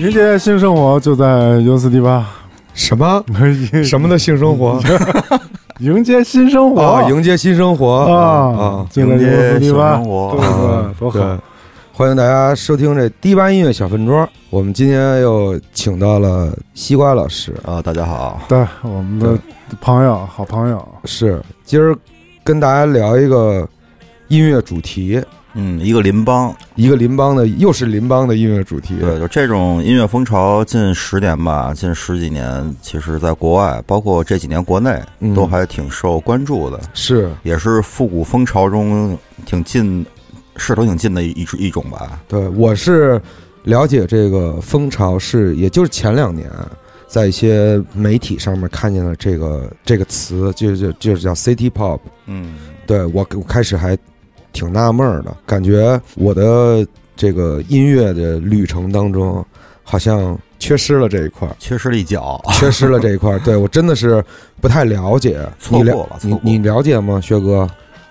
梅姐性生活就在 U 四 D 八，什么什么的性生活 迎接新生活，啊，迎接新生活啊啊！就在 U 四 D 八，对活，对，多好对，欢迎大家收听这低八音乐小饭桌。我们今天又请到了西瓜老师，啊！大家好，对，我们的朋友，好朋友，是今儿跟大家聊一个音乐主题，嗯，一个邻邦，一个邻邦的，又是邻邦的音乐主题。对，就这种音乐风潮，近十年吧，近十几年，其实在国外，包括这几年国内，嗯都还挺受关注的，是也是复古风潮中挺近，势头挺近的一一种吧。对，我是了解这个风潮是，也就是前两年，在一些媒体上面看见了这个这个词，就就就是叫 City Pop。嗯，对我我开始还挺纳闷儿的，感觉我的这个音乐的旅程当中，好像缺失了这一 块儿，缺失了一角，缺失了这一块儿。对我真的是不太了解，错你过了了，错你过你了解吗，薛哥？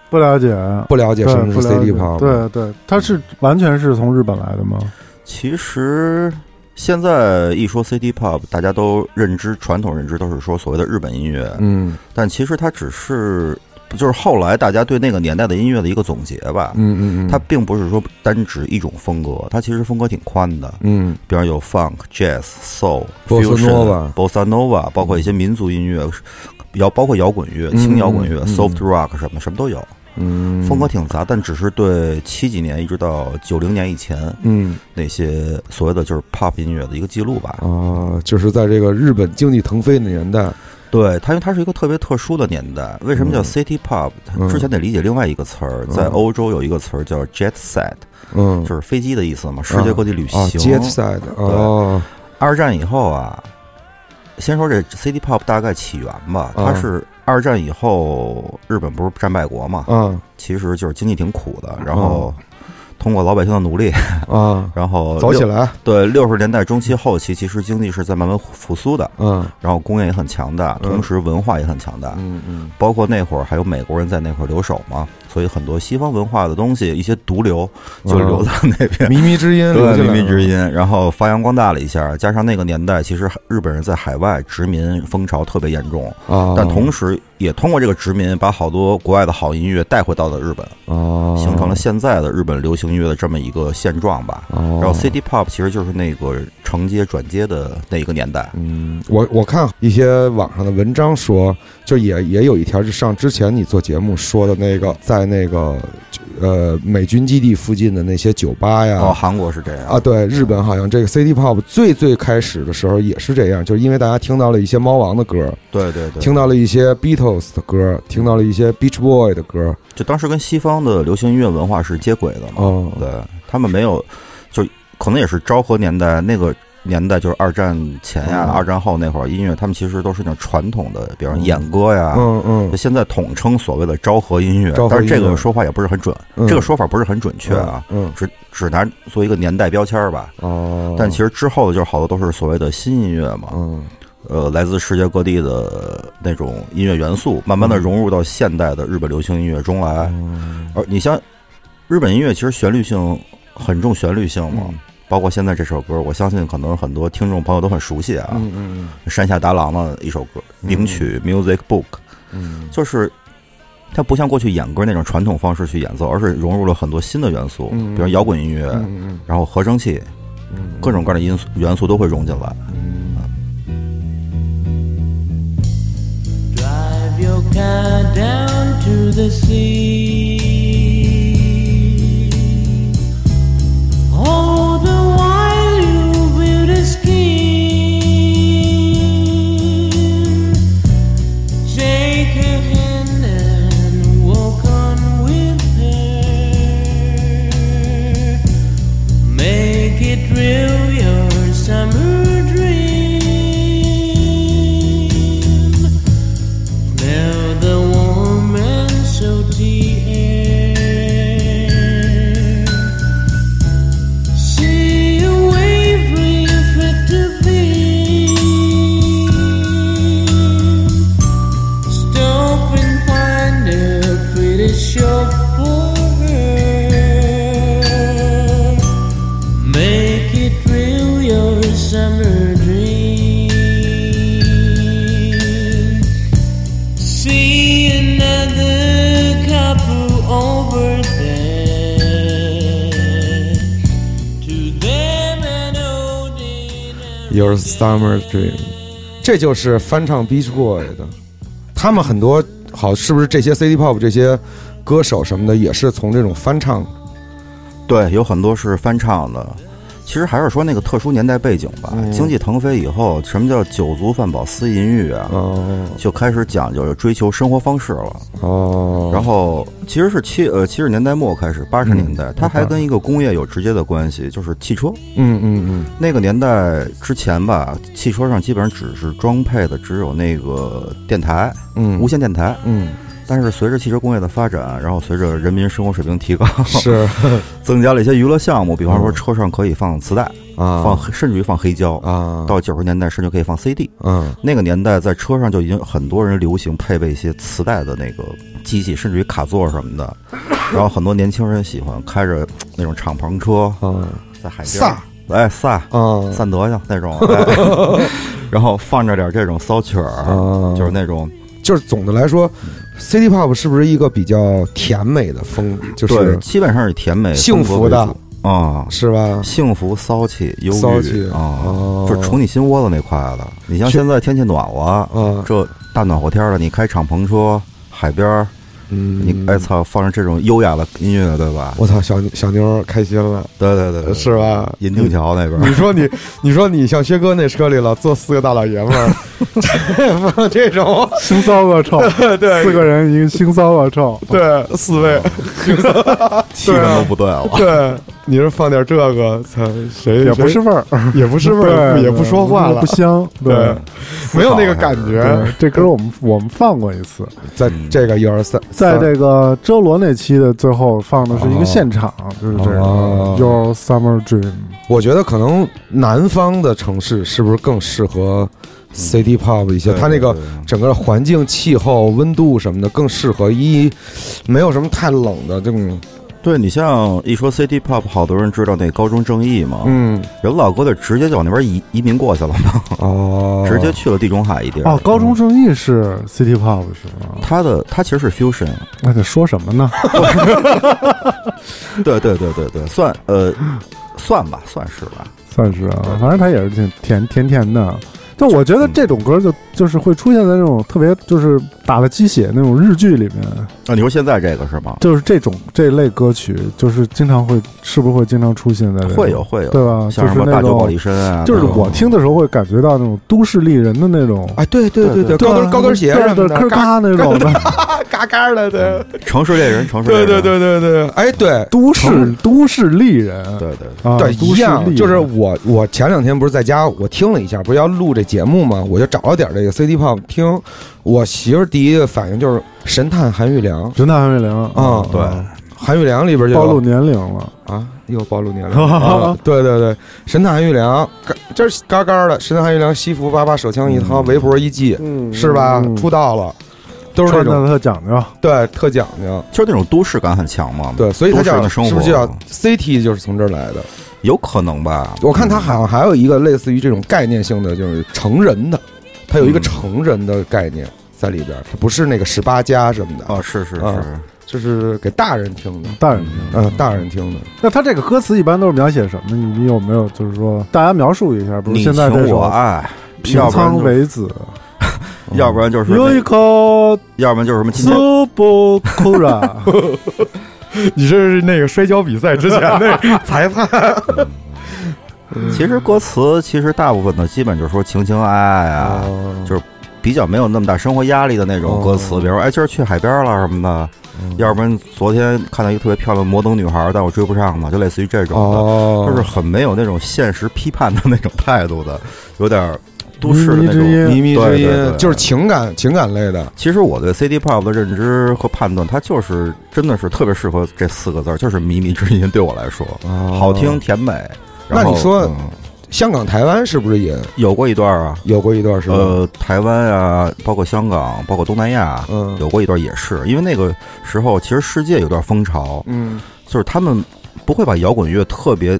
不了解，不了解对什么是不了 City 解 Pop？吗对对，他是完全是从日本来 的吗？其实现在一说 City Pop，大家都认知传统认知都是说所谓的日本音乐，嗯但其实它只是就是后来大家对那个年代的音乐的一个总结吧。嗯嗯嗯，它并不是说单指一种风格，它其实风格挺宽的，嗯比方有 funk、jazz、soul、 Bossa fusion nova、 bossa nova，包括一些民族音乐，摇包括摇滚乐、嗯轻摇滚乐、嗯 soft rock 什么什么都有，嗯风格挺杂。但只是对七几年一直到九零年以前嗯那些所谓的就是 pop 音乐的一个记录吧。啊，就是在这个日本经济腾飞的年代，对它，因为它是一个特别特殊的年代。为什么叫嗯 City Pop？、嗯之前得理解另外一个词儿，嗯在欧洲有一个词儿叫 Jet Set，、嗯，就是飞机的意思嘛，世界各地旅行。啊，Jet Set 哦，二战以后啊，先说这 City Pop 大概起源吧，啊它是二战以后日本不是战败国嘛，啊其实就是经济挺苦的，然后通过老百姓的努力，啊，然后走起六。来，对，六十年代中期后期，其实经济是在慢慢复苏的，嗯然后工业也很强大，嗯同时文化也很强大。嗯嗯包括那会儿还有美国人在那会儿留守嘛，所以很多西方文化的东西，一些毒瘤啊就留到那边，靡靡之音，对，流进靡来靡之了，音，然后发扬光大了一下。加上那个年代，其实日本人在海外殖民风潮特别严重，啊，但同时也通过这个殖民，把好多国外的好音乐带回到了日本，啊，形成了现在的日本流行乐的这么一个现状吧。哦，然后 City Pop 其实就是那个承接转接的那一个年代，嗯，我我看一些网上的文章说，就也也有一条是上之前你做节目说的那个，在那个呃美军基地附近的那些酒吧呀，哦，韩国是这样啊，对，日本好像这个 City Pop 最最开始的时候也是这样，就是因为大家听到了一些猫王的歌，对对对，听到了一些 Beatles 的歌，听到了一些 Beach Boy 的歌，就当时跟西方的流行音乐文化是接轨的嘛，哦，对他们没有，就可能也是昭和年代那个年代，就是二战前呀、嗯二战后那会儿，音乐他们其实都是那种传统的，比方嗯演歌呀。嗯嗯就现在统称所谓的昭和音乐，昭和但是这音乐个说法也不是很准，嗯，这个说法不是很准确啊，嗯，嗯，只只拿做一个年代标签儿吧。哦，但其实之后就是好多都是所谓的新音乐嘛，嗯呃，来自世界各地的那种音乐元素，慢慢的嗯融入到现代的日本流行音乐中来。嗯而你像日本音乐，其实旋律性很重，旋律性嘛，嗯包括现在这首歌，我相信可能很多听众朋友都很熟悉啊，嗯嗯山下达郎的一首歌名曲《Music Book》，嗯，就是它不像过去演歌那种传统方式去演奏，而是融入了很多新的元素，嗯比如摇滚音乐，嗯然后合成器，嗯各种各样的因素元素都会融进来。 Drive your car down to the sea. All the while you build a scheme. Shake her hand and walk on with her. Make it real, your summer dream. Smell the warm and salty air. Your Summer Dream，这就是翻唱 Beach Boy 的。他们很多好，是不是这些 City Pop 这些歌手什么的，也是从这种翻唱？对，有很多是翻唱的。其实还是说那个特殊年代背景吧，嗯经济腾飞以后，什么叫酒足饭饱思淫欲啊？哦就开始讲究追求生活方式了。哦，然后其实是七呃七十年代末开始，嗯八十年代，它还明白跟一个工业有直接的关系，就是汽车。嗯嗯嗯，那个年代之前吧，汽车上基本上只是装配的只有那个电台，嗯，无线电台。嗯但是随着汽车工业的发展，然后随着人民生活水平提高， 是增加了一些娱乐项目，比方说嗯车上可以放磁带，啊放黑甚至于放黑胶。啊到九十年代甚至可以放 CD。嗯那个年代在车上就已经很多人流行配备一些磁带的那个机器，甚至于卡座什么的。然后很多年轻人喜欢开着那种敞篷车啊在海边，飒哎飒啊散德呀 那种，哎然后放着点这种骚曲儿，啊，就是那种就是总的来说，City Pop 是不是一个比较甜美的风？就对是，基本上是甜美幸福的啊。是吧？幸福、骚气、忧骚郁气啊，哦就是宠你心窝子那块的。你像确现在天气暖和，啊，这大暖和天儿了，你开敞篷车，海边儿，嗯，你哎操，放上这种优雅的音乐，对吧？我操，小小妞儿开心了，对对对对，呃是吧？银锭桥那边你儿，说你，你说你像薛哥那车里了，坐四个大老爷们 儿，放这种，腥骚恶臭， 对四个人一个腥骚恶臭，对，四位， 气氛都不 对了。对，啊你说放点这个，操，谁也不是，味儿，谁 也不是味儿，对，也不说话了不，香，对，没有那个感觉。对，这歌我们我们放过一次，在这个幼儿三，嗯在这个周罗那期的最后放的是一个现场，就是这个哦 Your Summer Dream，我觉得可能南方的城市是不是更适嗯合 City Pop 一些？它那个对对对整个环境、气候、温度什么的更适合一，没有什么太冷的这种。对你像一说 City Pop，好多人知道那高中正义嘛，嗯，人老哥就直接就往那边移移民过去了嘛，哦，直接去了地中海一地儿哦，高中正义是 City Pop 是吗？他的他其实是 fusion，那得说什么呢？对对对对对，算呃算吧，算是吧， 算是啊，反正它也是挺甜甜甜的。但我觉得这种歌就就是会出现在那种特别就是打了鸡血那种日剧里面，啊，你说现在这个是吗？就是这种这类歌曲，就是经常会是不是会经常出现在这种会有会有，对吧？就像是什么那大久保种利伸啊，就是那种我听的时候会感觉到那种都市丽人的那种哎，对对对对对，高啊嗯跟高跟鞋对什么对，的，吭嘎嘎那种的，嘎嘎的，对城市猎人，城市猎对人对啊对对对，哎对。都市都市丽人，对对啊，对，都市一丽样。人就是我，我前两天不是在家，我听了一下，不是要录这节目吗？我就找了点这个 CD pop 听。我媳妇儿第一个反应就是神探韩玉良，神探韩美玲啊对，韩玉良里边就哦暴露有年龄了，啊，又暴露年龄 了。啊对对对，神探韩玉良，嘎这是嘎嘎的，神探韩玉良西服八八手枪一掏，嗯围脖一系，嗯是吧？嗯出道了，都是穿这的种特讲究，对特讲究，就是那种都市感很强嘛。对，所以他都市人叫的生活是不是就叫 CT 就是从这儿来的？有可能吧？我看他好像还有一个类似于这种概念性的，就是成人的，他有一个嗯成人的概念在里边，它不是那个十八加什么的，啊，是是是啊，就是给大人听的，大人。嗯，大人听的。那他这个歌词一般都是描写什么？你你有没有就是说大家描述一下？不是你现在这情首我爱，平要不然仓就为子，要不然就是有一那，口要不然就是什么今天 super cola， 你这是那个摔跤比赛之前那 裁判其实歌词其实大部分的基本就是说情情爱爱啊，哦就是比较没有那么大生活压力的那种歌词，哦比如说哎今儿去海边了什么的，嗯要不然昨天看到一个特别漂亮的摩登女孩，但我追不上嘛，就类似于这种的，哦，就是很没有那种现实批判的那种态度的，有点儿都市的靡靡那之种。音靡靡之对对音，对就是情感情感类的。其实我对 CD pop 的认知和判断，它就是真的是特别适合这四个字儿，就是靡靡之音。对我来说，哦好好听，甜美。那然后你说嗯香港、台湾是不是也有过一段啊？有过一段是吧？呃，台湾啊，包括香港，包括东南亚，嗯有过一段也是，因为那个时候其实世界有段风潮，嗯就是他们不会把摇滚乐特别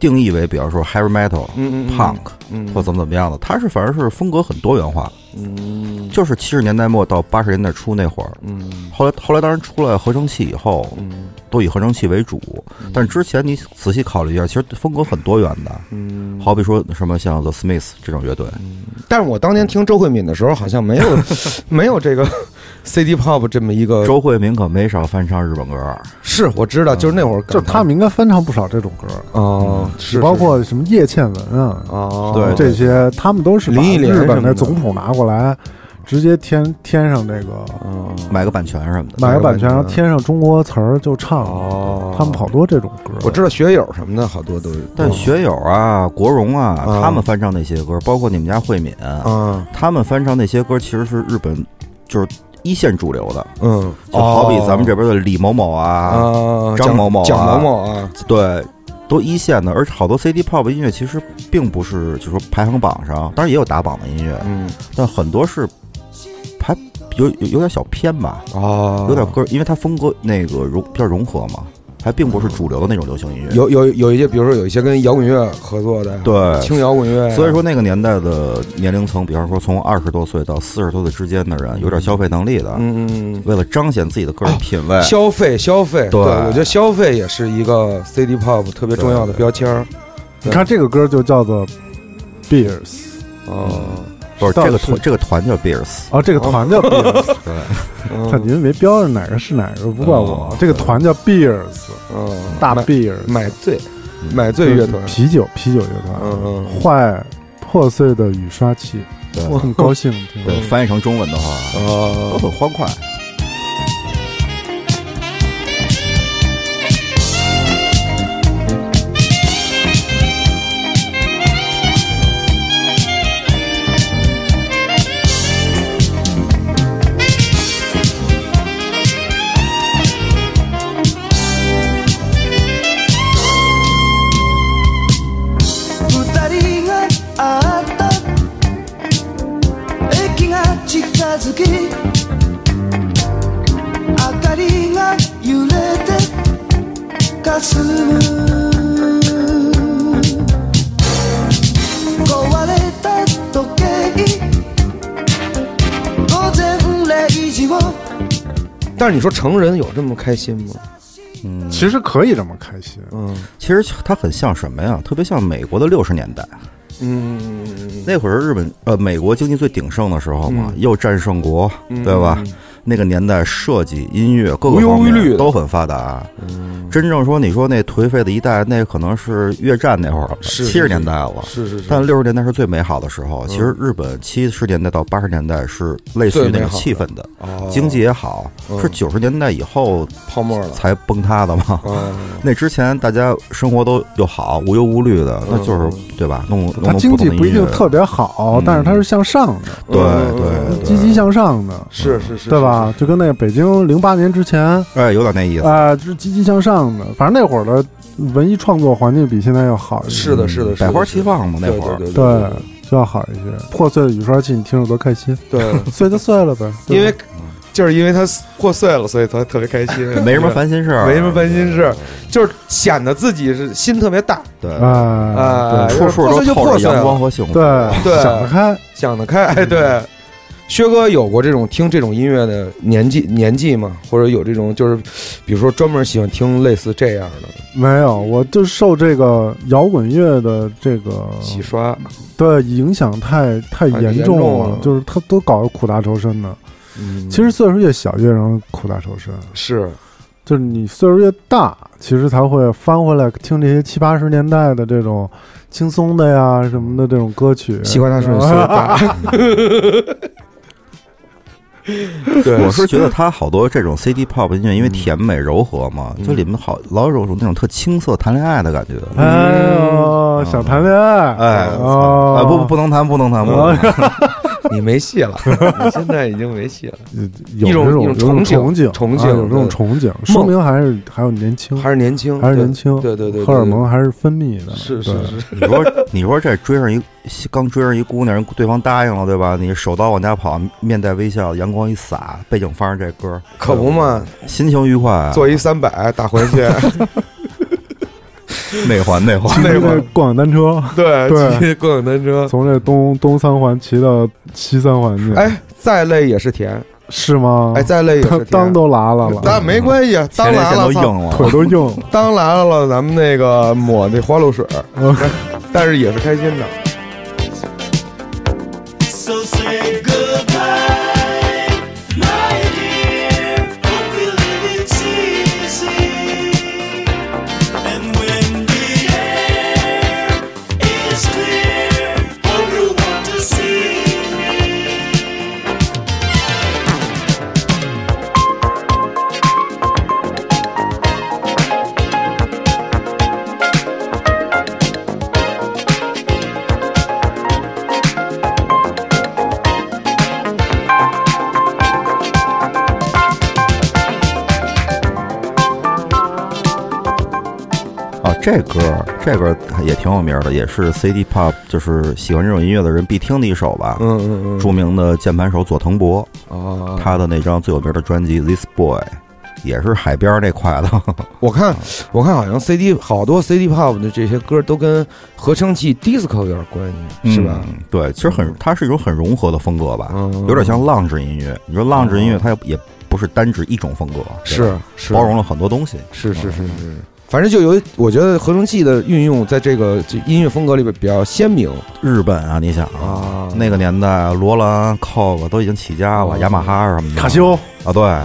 定义为，比方说 heavy metal、嗯嗯 punk 嗯或怎么怎么样的，它是反而是风格很多元化。嗯就是七十年代末到八十年代初那会儿。嗯后来后来当然出来合成器以后，嗯都以合成器为主。但之前你仔细考虑一下，其实风格很多元的，嗯，好比说什么像 The Smiths 这种乐队，但是我当年听周慧敏的时候，好像没 有没有这个 CD pop 这么一个。周慧敏可没少翻唱日本歌儿。是我知道，就是那嗯会儿就是赶上，他们应该翻唱不少这种歌，哦，是包括什么叶倩文啊，哦，对这些他们都是把林忆莲日什本么的的总谱拿过来，直接添添上这个哦买个版权什么的。买个版权，版权然后添上中国词儿就唱。哦他们好多这种歌，我知道学友什么的好多都，但学友啊、国荣啊，啊他们翻唱那些歌，包括你们家慧敏，啊他们翻唱那些歌，其实是日本就是一线主流的，嗯，就好比咱们这边边的李某某啊，啊张某某啊蒋某某啊，对，都一线的。而好多 CD pop 音乐其实并不是，就说排行榜上，当然也有打榜的音乐，嗯但很多是还有有有点小偏吧，哦，嗯有点歌，因为它风格那个融比较融合嘛，还并不是主流的那种流行音乐。有有有一些，比如说有一些跟摇滚乐合作的，，对，轻摇滚乐，所以说那个年代的年龄层，比方说从二十多岁到四十多岁之间的人，有点消费能力的，嗯嗯嗯为了彰显自己的个人品味，嗯，消费消费，对我觉得消费也是一个 CD pop 特别重要的标签儿，你看这个歌就叫做 Beers，嗯哦，不是到这底个是团，这个团叫 Beers，哦，这个团叫 Beers， 嗯看你们没标着哪个是哪个，不怪我哦。这个团叫 Beers， 嗯，大买 Beers，买醉嗯买醉乐团，啤酒啤酒乐团，嗯嗯坏破碎的雨刷器，对我很高兴听到。嗯对，翻译成中文的话，嗯都哦，很欢快。二人があった駅が近づき明かりが揺れて霞む壊れた時計午前0時を但是你说成人有这么开心吗？其实可以这么开心，嗯其实它很像什么呀？特别像美国的六十年代，嗯那会儿是日本呃美国经济最鼎盛的时候嘛，又战胜国，嗯对吧？那个年代设计、音乐各无个忧方无虑的嗯面都很发达。真正说你说那颓废的一代，那可能是越战那会儿了，是七十年代了。是是是，嗯但六十年代是最美好的时候。其实日本七十年代到八十年代是类似于那种气氛的，哦经济也好，嗯是九十年代以后泡沫了，才崩塌的嘛。嗯，那之前大家生活都又好，无忧无虑的，嗯那就是对吧？弄弄它弄经济不不一定特特别好嗯，但是它是向上的，对嗯对对积极向上的，是是是，对吧？就跟那个北京零八年之前啊嗯哎，有点那意思。，呃就是积极向上的。反正那会儿的文艺创作环境比现在要好一些，是的？是的，是的，是的百花齐，放嘛，那对会儿对对对，就要好一些。破碎的雨刷器，你听着多开心，对对，碎就碎了呗。 对因吧为就是因为它破碎了，所以才特别开心，没什么烦心事 儿，没什么烦啊心事儿，就是显得自己是心特别大，对，啊，啊对处处破都碎就透破着碎了阳光和幸福。对呃对想得开，想得开，哎， 对。薛哥有过这种听这种音乐的年纪年纪吗？或者有这种就是，比如说专门喜欢听类似这样的没有，我就受这个摇滚乐的这个洗刷？对影响太太太严严重重了了，就是他都搞得苦大仇深的。嗯，其实岁数越小越容易苦大仇深，是就是你岁数越大，其实才会翻回来听这些七八十年代的这种轻松的呀什么的这种歌曲。啊喜欢他是岁数大， 对， 嗯我是觉得他好多这种 CD pop 音乐，因为甜美柔和嘛，就里面好老有种那种特青涩谈恋爱的感觉。哎呦，嗯想谈恋爱，哎，哦啊不不不能谈，不能谈，不能谈。你没戏 了，你现在已经没戏了，有一种这一种种憧憬憬，憧啊憬有这种对憧憬，说明还是还有年轻，还是年轻，还是对年轻，对对对，对荷尔蒙还是分泌的，是对是是，你说 你说这追上一刚追上一姑娘，人对方答应了，对吧？你手刀往家跑，面带微笑，阳光一洒，背景放上这歌，可不嘛，心情愉快 啊。做一三百大环线，内环内 环，那那会个儿共享单车对对骑共享单车，从这东东三环骑到西三环去，，哎，再累也是甜，是吗？哎，再累也是裆裆甜。都拉了了，但没关系，啊当前列来腺了都操硬了腿。都硬了。当然了，咱们那个抹那花露水，但是也是开心的。 So say goodbye, my dear. Hope you live it easy. And when the air is clear, hope you want to see me. 啊，这歌儿这歌儿也挺有名儿的，也是 CD pop，就是喜欢这种音乐的人必听的一首吧。嗯嗯著名的键盘手佐藤博，嗯啊，他的那张最有名的专辑《This Boy》，也是海边儿那块的。我看我看好像 CD 好多 CD pop 的这些歌都跟合成器 disco 有点关系，是吧？嗯？对，其实很，它是一种很融合的风格吧，嗯，有点像浪掷音乐。你说浪掷音乐，哦它也也不是单指一种风格，对吧是是包容了很多东西。是是是是，反正就有我觉得合成器的运用在这个这音乐风格里边比较鲜明日本啊，你想啊，啊。那个年代，罗兰、Cog 都已经起家了，哦雅马哈什么的，卡西欧，啊，对，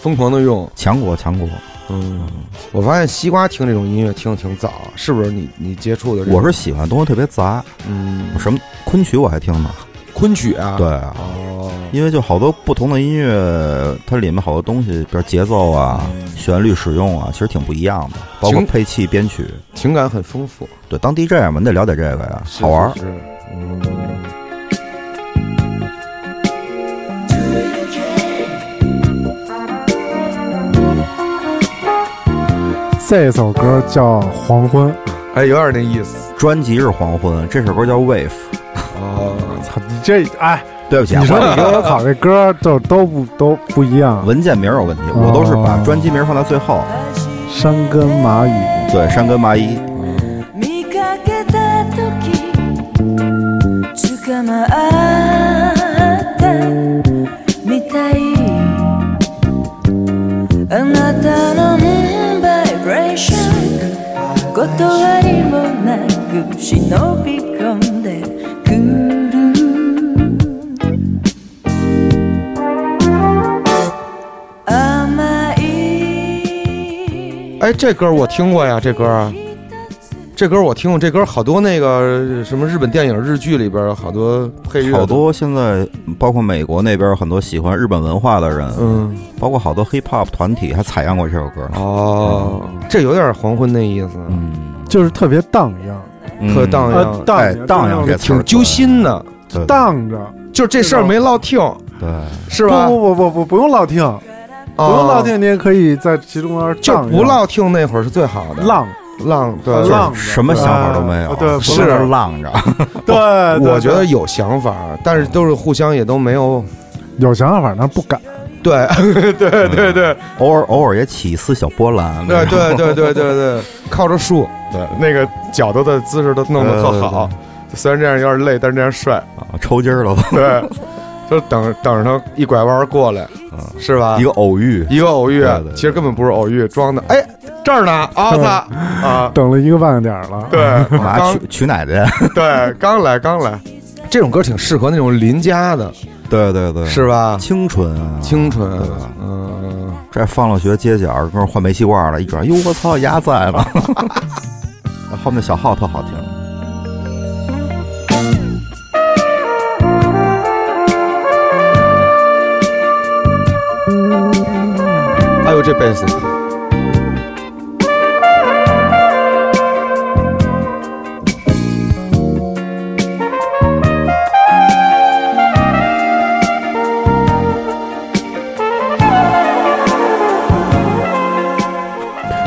疯狂的用，强国强国。嗯，我发现西瓜听这种音乐听的挺早，是不是你你接触的这种？我是喜欢东西特别杂，嗯什么昆曲我还听呢，昆曲啊，对啊，哦，因为就好多不同的音乐，它里面好多东西，比如节奏啊、旋律使用啊，其实挺不一样的，包括行配器、编曲。情感很丰富，对，当 DJ 嘛，你得了解这个呀，是好玩儿。是，嗯，这首歌叫《黄昏》，哎，有点那意思专辑是《黄昏》，这首歌叫《Wave》。哦，操你这哎，对不起啊，你说我你跟我考这歌就都不都不一样。文件名有问题，我都是把哦专辑名放在最后。山根蚂蚁，对，山根麻衣，見かけた時捕まったみたいあなたのバイブレーション断りもなく忍び込んでくる甘い哎，这歌我听过呀，这歌啊，一つ这歌我听过，这歌好多那个什么日本电影、日剧里边好多配乐，好，多现在包括美国那边很多喜欢日本文化的人，嗯，包括好多 hip hop 团体还采样过这首歌。哦，这有点黄昏那意思，嗯，就是特别荡漾，特荡呃漾，哎漾荡漾这词儿挺揪心的，对荡着，就是这事儿没落听，对，是吧？不不不不不不用落听，不用落听，你也可以在其中间哦就荡漾不落听那会儿是最好的，浪，浪对浪就是什么想法都没有啊，对不是是浪着。对，对我觉得对有想法，但是都是互相也都没有有想法，但是不敢。对 对对对对偶尔偶尔也起一丝小波澜，对对对对对，靠着树，对那个脚都的姿势都弄得特好，虽然这样有点累，但是这样帅，啊，抽筋儿 了吧？对，就是等等着他一拐弯过来，是吧？嗯一个偶遇，一个偶遇对对对，其实根本不是偶遇，装的，哎，这儿呢，啊操嗯啊，等了一个半点儿了，对， 嘛刚娶娶啊奶奶？对刚来刚来，这种歌挺适合那种邻家的，对对对，是吧？清纯啊，清纯对吧，嗯。这放了学街角跟那儿换煤气罐了，一转，哟我操，牙在呢。 后面小号特好听，哎呦，这贝斯！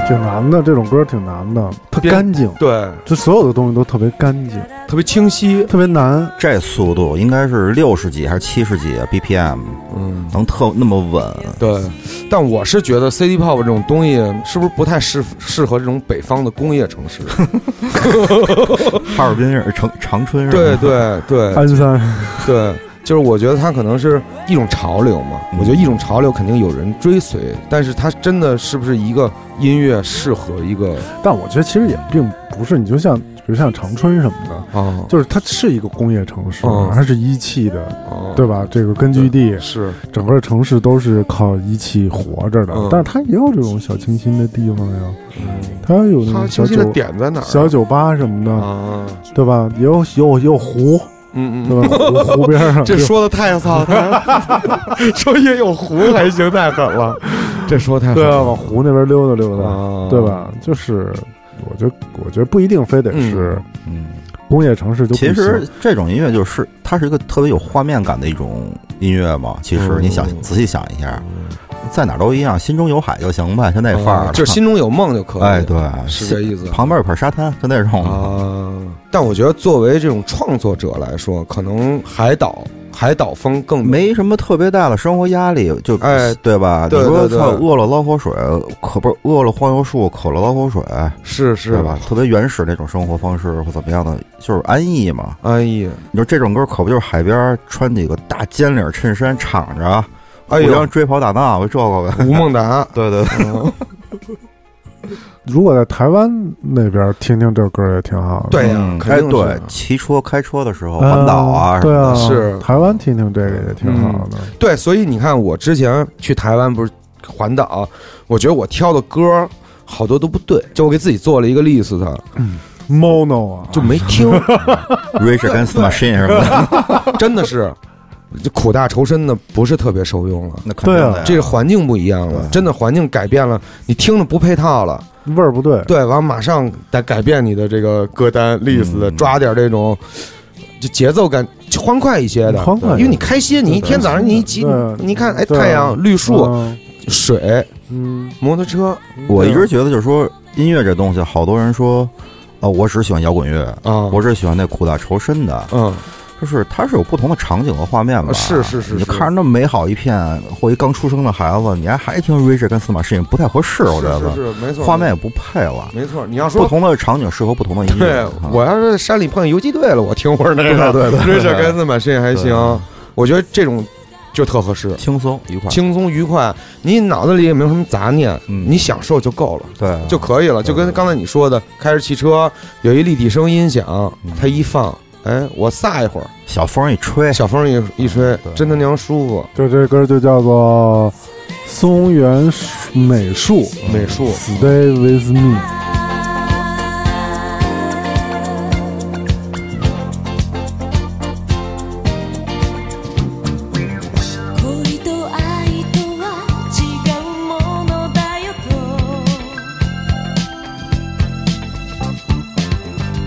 这完了，难的，这种歌挺难的，它编干净，对，就所有的东西都特别干净，特别清晰，特别难。这速度应该是六十几还是七十几啊 BPM，嗯，能特那么稳？对。但我是觉得 City Pop 这种东西是不是不太适适合这种北方的工业城 市？哈尔滨是长长春是对吧？对对鞍山， 对，就是我觉得它可能是一种潮流嘛。嗯我觉得一种潮流肯定有人追随，但是它真的是不是一个音乐适合一个但我觉得其实也并不是，你就像比如像长春什么的，啊？就是它是一个工业城市，嗯它是一汽的，啊对吧？这个根据地，是整个城市都是靠一汽活着的嗯，但是它也有这种小清新的地方呀，它有那它种清小晰的酒点在哪儿啊？小酒吧什么的，啊，对吧？也有有有湖，嗯嗯对吧？湖湖边上 这说的太操蛋， 说也有湖还行，太狠了，这说太 狠对啊，了往湖那边溜达溜达，啊对？吧？就是，我觉得我觉得不一定非得是嗯，工业城市就不其行实这种音乐就是它是一个特别有画面感的一种音乐嘛。其实嗯你想仔细想一下，在哪儿都一样，心中有海就行呗，就那范儿啊了。就是心中有梦就可以，哎，对，是这意思。旁边有块沙滩，就那种。啊，但我觉得作为这种创作者来说，可能海岛海岛风更没什么特别大的生活压力，就嗯哎对吧？对你说对对操，饿了捞口水，渴不是饿了晃悠树，渴了捞口水，是对是吧？？特别原始那种生活方式或怎么样的，就是安逸嘛。安逸，你说这种歌可不就是海边儿穿几个大尖领衬衫敞着，哎互相呦，追跑打闹，就这个 呗。吴孟达对对对，如果在台湾那边听听这歌也挺好的，对呀嗯肯哎定是对，骑车开车的时候嗯环岛啊什对么啊，的，是台湾听听这个也挺好的，对，所以你看，我之前去台湾不是环岛，我觉得我挑的歌好多都不对，就我给自己做了一个 list，嗯 mono 啊，就没 听， ，Rage Against the Machine 什么啊的，真的是就苦大仇深的，不是特别受用了。那肯定对的啊呀。这个环境不一样了，对真的环境改变了，你听着不配套了。味儿不对，对，完马上得改变你的这个歌单 list，、嗯抓点这种就节奏感就欢快一些的，欢快一点因为你开心，你一天早上你一起对，你看，哎，对太阳、绿树、嗯水、嗯，摩托车我一直觉得就是说音乐这东西，好多人说，啊，我只喜欢摇滚乐，啊，我只喜欢那苦大仇深的，嗯，就是它是有不同的场景和画面吧？啊是是是你是看着那么美好一片，或一刚出生的孩子，你还还听 Rage 跟司马事情不太合适，我觉是得是是没错，画面也不配了。没错，你要不说。同的场景适合不同的音对乐。啊，我要是山里碰见游击队了，我听会儿那个，对对对瑞士根子满身还行对，我觉得这种就特合适，轻松愉快，轻松愉快，你脑子里也没有什么杂念，嗯你享受就够了。对就可以了，对就跟刚才你说的，开着汽车有一立体声音响，它一放，哎，我撒一会儿，小风一吹，小风一一吹对，真他娘舒服。就这歌就叫做松原美术美术 Stay with me。恋と愛とは違うものだよ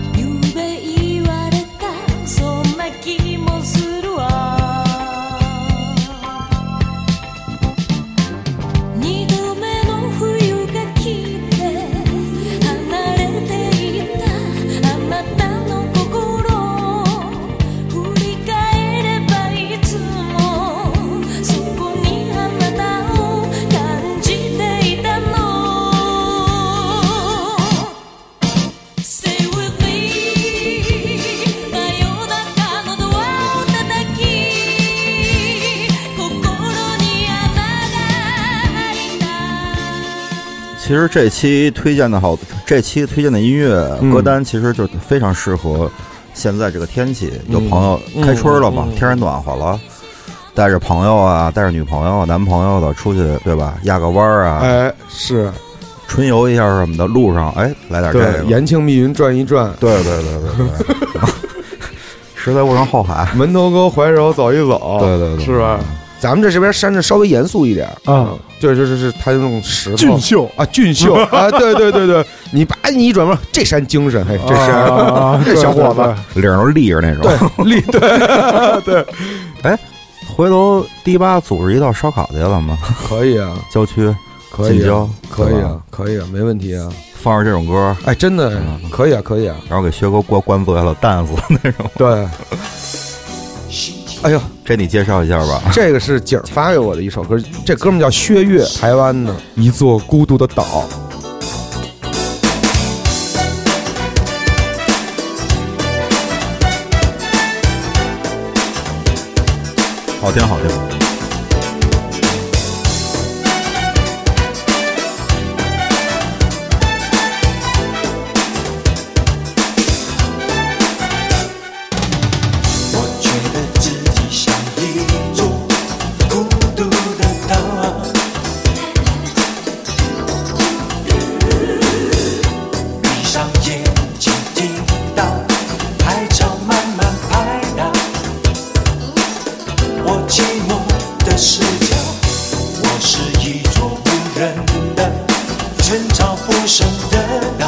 とゆうべ言われたそんな気もするわ二度目の冬が来て離れていたあなたの心振り返ればいつもそこにあなたを感じていたの Stay with me 真夜中のドアを叩き心に穴が開いた其实这期推荐的好，这期推荐的音乐嗯歌单其实就非常适合现在这个天气。有朋友开春了嘛，嗯天儿暖和了，带着朋友啊，带着女朋友啊、男朋友的出去，对吧？压个弯儿啊，哎，是春游一下什么的，路上哎来点这对个，，言情密云转一转，对对对对对， 实在不成后海，门头沟怀柔走一走，对对对是吧？咱们这这边山是稍微严肃一点啊，对，就是是它那种石头俊。秀，啊，俊秀 啊，对对对对，你把哎你一转弯，这山精神，嘿，这山，啊这小伙子，领上立着那种。对， 立对对，回头迪吧组织一道烧烤去了吗？可以啊，郊区可以啊近郊，可以对吧啊，可以啊，没问题啊。放着这种歌，哎，真的可以啊，可以啊，然后给薛哥灌灌醉了担子 那种。对。哎呦，这你介绍一下吧。这个是景儿发给我的一首歌，这哥们叫薛岳，台湾的一座孤独的岛。好听好听，我觉得自己像一座孤独的岛，闭上眼睛，听到海潮慢慢拍打我寂寞的视角。我是一座无人的、寸草不生的岛。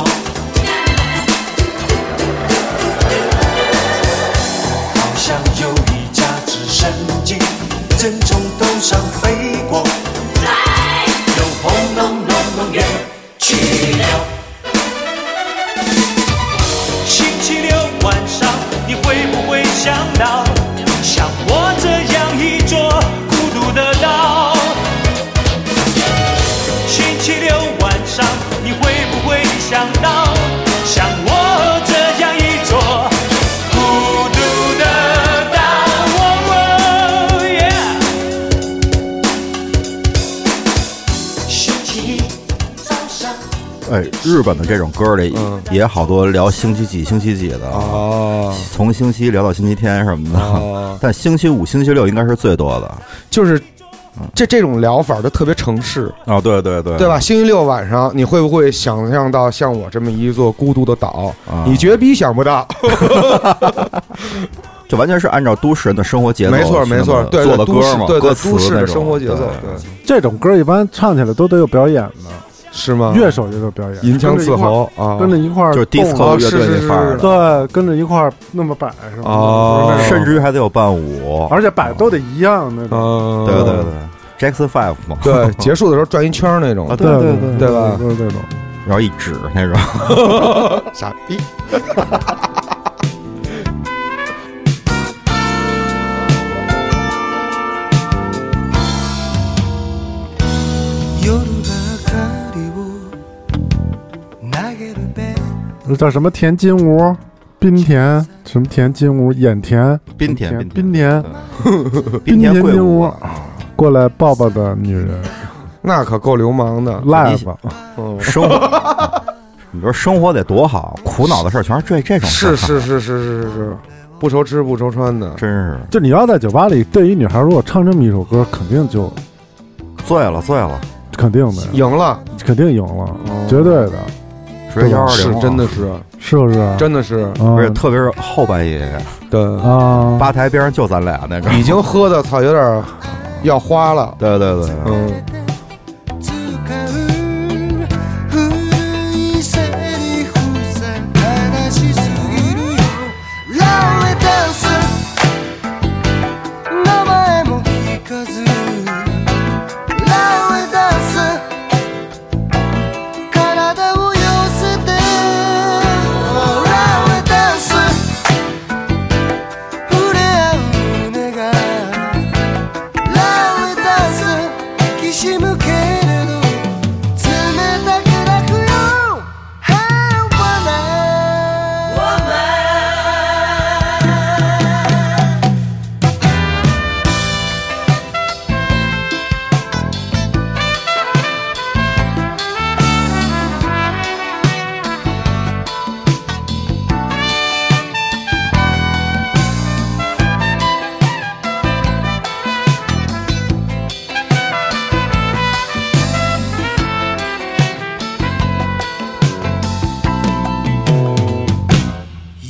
好像有一架直升机正从头上飞过。来，轰隆隆隆远去了。星期六晚上，你会不会想到，像我这样一座孤独的岛？星期六晚上，你会不会想到，像我这样一座？孤独的岛，哦耶！星期一早上，哎，日本的这种歌里嗯也好多聊星期几、星期几的，哦，从星期一聊到星期天什么的。哦但星期五、星期六应该是最多的。就是这这种疗法就特别城市，啊，对对对，对？吧？星期六晚上，你会不会想象到像我这么一座孤独的岛？啊你绝逼想不到，这完全是按照都市人的生活节奏没错去那没错么，对做对，的都歌市嘛，对歌对词都市那的种啊生活节奏，对对，这种歌一般唱起来都得有表演的，是吗？乐手也有表演，嗯银腔刺喉啊，跟着一块儿，就是跟着一块儿 disco 是乐队是是那范儿的，动，对，跟着一块儿那么摆什么的哦就是那种甚至于还得有伴舞。而且摆都得一样那种，嗯，对对对，Jackson Five 嘛，对，结束的时候转一圈儿那种啊，对对对对对吧就是这种。然后一指那种。傻逼。夜ばかりを 投げるべ叫什么田金屋、滨田什么田金屋、眼田、滨田滨田、滨田贵金舞屋，过来抱抱的女人那可够流氓的， ，live 生活，你说生活得多好，苦恼的事儿全是这这种事儿是，是是是是是是，不愁吃不愁穿的，真是就你要在酒吧里对一女孩如果唱这么一首歌，肯定就醉了醉了，肯定的，赢了，肯定赢了，哦绝对的，直接幺二是零，真的。是是不是？真的是嗯而且特别是后半夜，对，啊，吧台边上就咱俩那种。已经喝的操有点儿要花了，对对对，嗯，使う古いセリフさ話しすぎるよラーメンダンス名前も聞かずラーメンダンス体を寄せてラーメンダンス触れ合う胸がラウダンスきしむけれど冷たく泣くよ Hey woman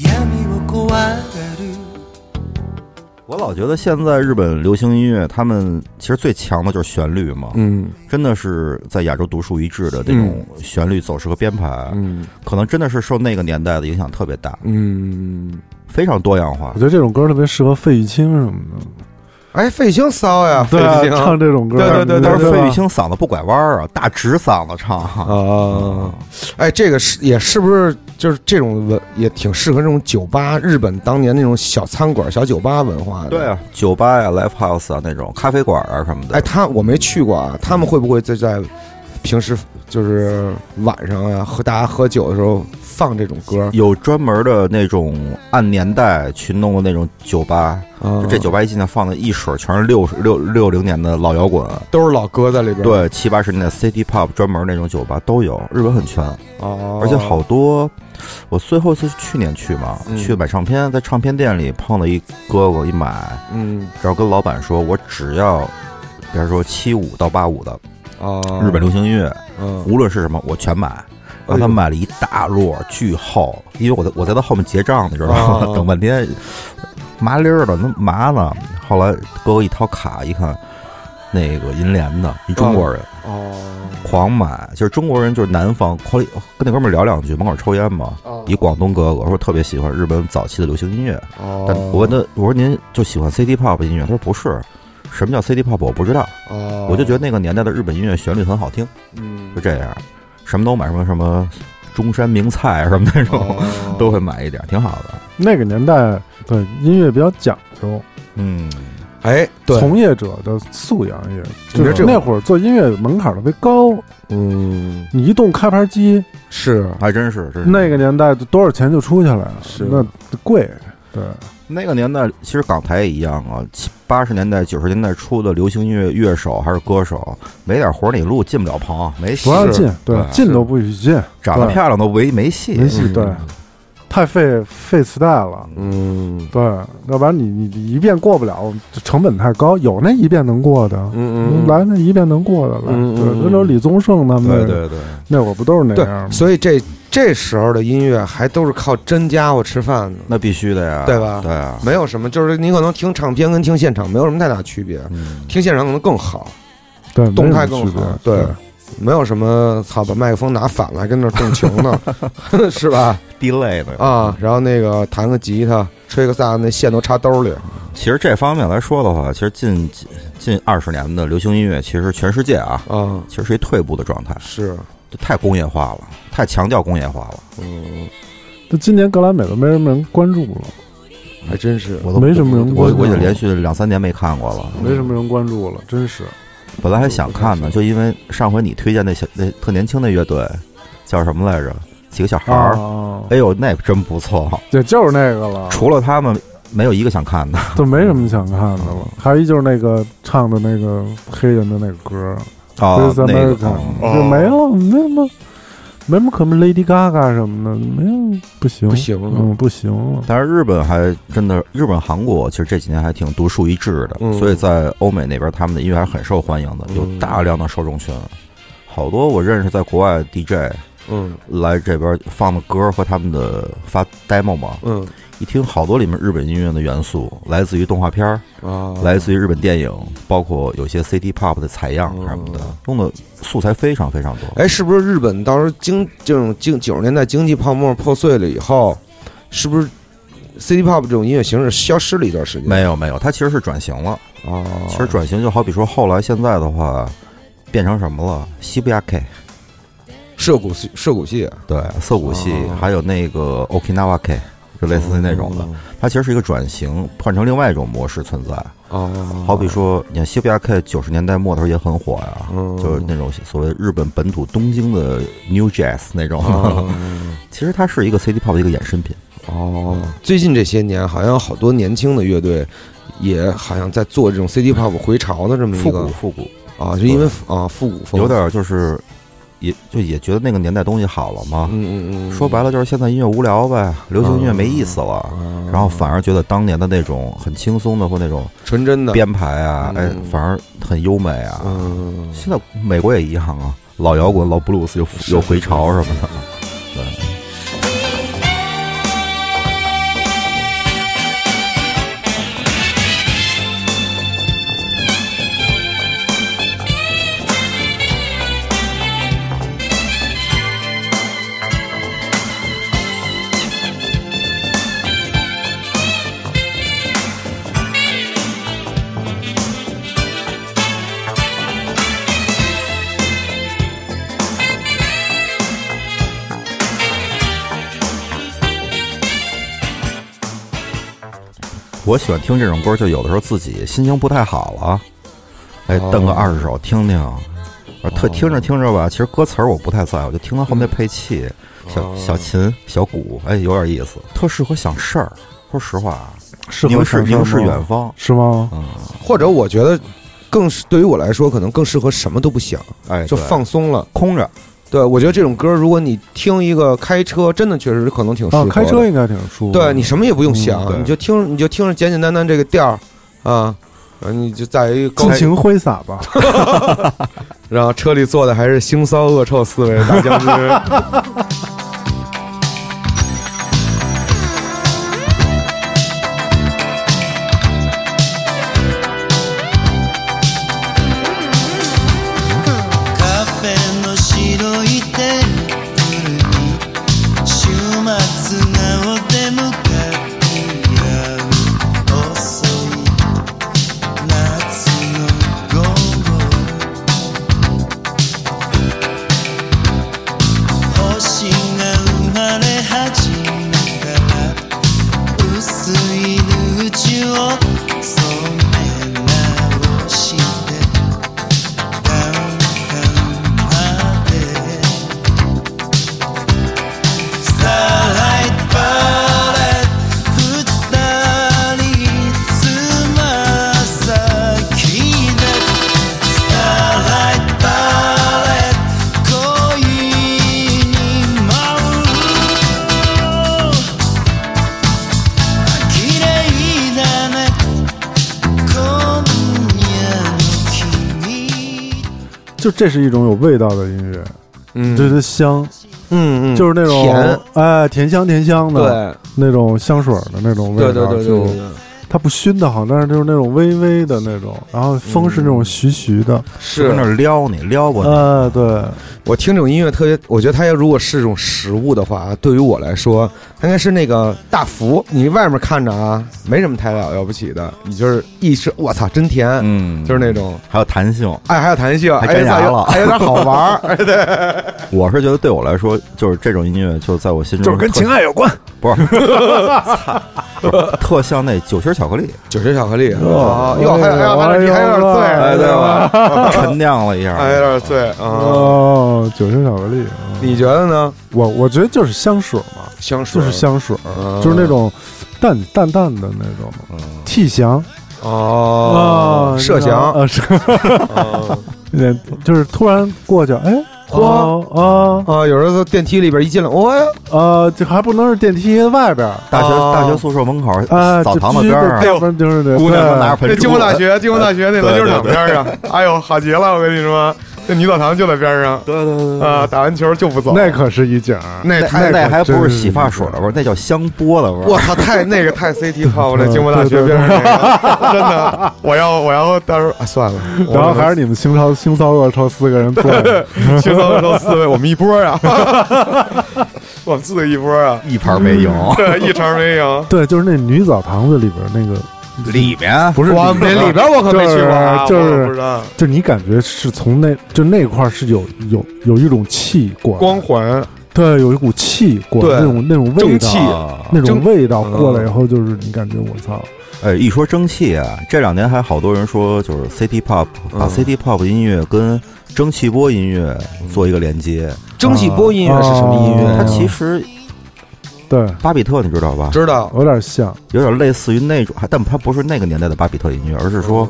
闇を怖がる我老觉得现在日本流行音乐，他们其实最强的就是旋律嘛，嗯真的是在亚洲独树一帜的这种旋律走势和编排，嗯可能真的是受那个年代的影响特别大，嗯，非常多样化我觉。得这种歌特别适合费玉清什么的，哎，费玉清骚呀，费对啊玉，清唱这种歌，对对对但但是是费玉清嗓子不拐弯儿啊，大直嗓子唱。啊，哎，这个是也是不是就是这种文也挺适合这种酒吧，日本当年那种小餐馆、小酒吧文化的。对，啊，酒吧呀、live house 啊那种咖啡馆啊什么的。哎，他我没去过啊，他们会不会在在平时就是晚上啊和大家喝酒的时候放这种歌？有专门的那种按年代去弄的那种酒吧，啊就，这酒吧一进来放的一水儿全是六十六六零年的老摇滚，都是老歌在里边。，对七八十年代 City Pop 专门那种酒吧都有，日本很全，哦，而且好多。我最后是去年去嘛，嗯去买唱片，在唱片店里碰到一哥哥一买，嗯然后跟老板说，我只要，比方说七五到八五的啊，日本流行音乐，嗯无论是什么，我全买。然后哎呦他买了一大摞，巨厚，因为我在我在他后面结账，你知道吗？啊 等半天，麻溜儿的，那嘛呢？后来给我一掏卡，一看，那个银联的，一中国人，哦狂买，就是中国人，就是南方。后来跟那哥们儿聊两句，门口抽烟嘛，哦一广东哥哥说特别喜欢日本早期的流行音乐，哦，但我问他，我说您就喜欢 City Pop 音乐？他说不是，什么叫 City Pop 我不知道，哦，我就觉得那个年代的日本音乐旋律很好听。嗯就这样，什么都买，什么什么中山名菜什么那种、哦都会买一点，挺好的。那个年代对音乐比较讲究，嗯，哎对，从业者的素养也，就你说这是那会儿做音乐门槛特别高，嗯你一动开盘机，是还真是，真是那个年代多少钱就出去了，是那贵，对，那个年代，其实港台也一样啊。七八十年代、九十年代初的流行音乐乐手还是歌手，没点活儿你录进不了棚，没戏不，让进，对对，进都不许进，长得对漂亮都没没戏。没戏，哎嗯对，太费费磁带了。嗯对，要不然你你你一遍过不了，成本太高。有那一遍能过的，嗯嗯来那一遍能过的来，嗯嗯对，嗯那时候李宗盛他们那对个对对，那会儿不都是那样对，吗？所以这这时候的音乐还都是靠真家伙吃饭的，那必须的呀，对吧对啊，没有什么，就是你可能听唱片跟听现场没有什么太大区别，嗯，听现场可能更好，对，动没态什么更区别好对对，没有什么操把麦克风拿反了还跟那儿动情呢， 是吧？地类的啊，然后那个弹个吉他，吹个萨，那线都插兜里，其实这方面来说的话，其实近近近二十年的流行音乐，其实全世界啊，啊，其实是一退步的状态。是，这太工业化了，太强调工业化了，嗯，就今年格莱美都没什么人关注了，还真是，我都没什么人我关注，我已经连续两三年没看过了，没什么人关注了，真是。本来还想看呢，就因为上回你推荐那小那特年轻那乐队叫什么来着？几个小孩儿，啊，哦哎呦，那真不错。也就是那个 了，除了他们，没有一个想看的。就没什么想看的了。还有一就是那个唱的那个黑人的那个歌，哦， This 那个 America，嗯就没有没什么，没什么可 Lady Gaga 什么的，没有不行不行了嗯，不行了。但是日本还真的，日本、韩国其实这几年还挺独树一帜的，嗯所以在欧美那边他们的音乐还是很受欢迎的，有嗯大量的受众群。好多我认识在国外的 DJ 嗯来这边放的歌和他们的发 demo 嘛，嗯一听好多里面日本音乐的元素，来自于动画片儿，啊，来自于日本电影，包括有些 CD pop 的采样什么的嗯，用的素材非常非常多。哎，是不是日本到时候经这种经九十年代经济泡沫破碎了以后，是不是 City Pop 这种音乐形式消失了一段时间？没有没有，它其实是转型了。啊，其实转型就好比说，后来现在的话，变成什么了？西部亚 K，涉谷系涉谷啊系对，涩谷系，哦还有那个 Okinawa K，就类似于那种的。嗯它其实是一个转型，换成另外一种模式存在。哦，好比说，你看西部亚 K 九十年代末的时候也很火呀，嗯就是那种所谓日本本土东京的 New Jazz 那种。嗯 其实它是一个 CD pop 的一个衍生品。哦，最近这些年好像好多年轻的乐队。也好像在做这种 City Pop 回潮的这么一复古嗯个复古，啊，就因为啊复古风有点儿就是，也就也觉得那个年代东西好了嘛。嗯嗯嗯，说白了就是现在音乐无聊呗，流行音乐没意思了，嗯然后反而觉得当年的那种很轻松的或那种纯真的，编排啊，哎嗯，反而很优美啊。嗯，现在美国也一样啊，老摇滚、老布鲁斯有有回潮什么的。 「我喜欢听这种歌，就有的时候自己心情不太好了，哎，哦蹬个二十首听听，啊，特听着听着吧，其实歌词儿我不太在乎，就听到后面配器，小小琴、小鼓，哎，有点意思，嗯特适合想事儿。说实话，适合凝视上山凝视吗远方，是吗？或者我觉得更是对于我来说，可能更适合什么都不想，哎，就对放松了。空着。对我觉得这种歌，如果你听一个开车，真的确实可能哦挺适啊合，的。开车应该挺舒服。对你什么也不用嗯想，对你就听，你就听着简简单单这个调儿啊，然后你就在一个高尽，情挥洒 吧，然后车里坐的还是腥骚恶臭四位大将军。カフェの白いテーブルに週末がお出迎え合う遅い夏の午後星が生まれ始めたら薄いルージュを染め直してダウンタウンまで「スターライトバレット」「二人つま先で」「スターライトバレット」「恋に舞う」「綺麗だね」今夜の君就这是一种有味道的音乐，嗯就是它香， 嗯嗯，就是那种甜，哎甜香甜香的对那种香水的那种味道，对对对对就对，对它不熏的好，但是就是那种微微的那种，然后风是那种徐徐的，跟那是儿撩你，撩拨你，哎对，我听这种音乐特别，我觉得它要如果是种食物的话，对于我来说，它应该是那个大福。你外面看着啊，没什么太了了不起的，你就是一吃，我操，真甜，嗯，就是那种。还有弹性。哎，还有弹性，还哎，粘牙还有了还有点好玩 儿，我是觉得对我来说，就是这种音乐，就在我心中特爱有关。不是， 特像那酒心巧 克力，九十巧克力，哦啊哟，还有还有还有，你还有点醉，哎对对吧？哎吧？陈酿了一下，还有点醉嗯啊。哦，酒精巧克力，你觉得呢？我我觉得就是香水嘛，香水就是香水，嗯就是那种淡淡淡的那种嗯替香哦，啊麝啊，香，呃是对就是突然过去，哎，嚯哦啊，有时候电梯里边一进来，哦哇呀，啊啊，这还不能是电梯外边儿大学哦大学宿舍门口啊，澡堂子就必须边得儿哎要不然就是得姑娘对们拿着这盆京猪工大，学，京工大学那篮球场边上，哎呦，好极了！我跟你说，那女澡堂就在边上对对对对，啊，打完球就不走。那可是一景儿，那那太那还不是洗发水的味儿，那叫香波的味我儿。操，太那个太 CT 泡了，京工大学边上那个，真的，我要我要到时候啊算了，然后还是你们清朝清骚恶臭四个人坐着，清风都四位，我们一波啊， 我们四个一波啊，一盘没赢，对，一场没赢。 对，就是那女澡堂子里边那个，里面不是我里边那里边我可没去过啊，就是我不知道就你感觉是从那就那块儿是有有有一种气过来，光环，对，有一股气过来，对那种那种味蒸汽道，啊那种蒸味道过来以后，就是你感觉我操，哎，一说蒸汽啊，这两年还好多人说，就是 City Pop 把嗯 City Pop 音乐跟蒸汽波音乐做一个连接。蒸汽波音乐是什么音乐？哦它其实对，巴比特你知道吧？知道，有点像，有点类似于那种，但它不是那个年代的巴比特音乐，而是说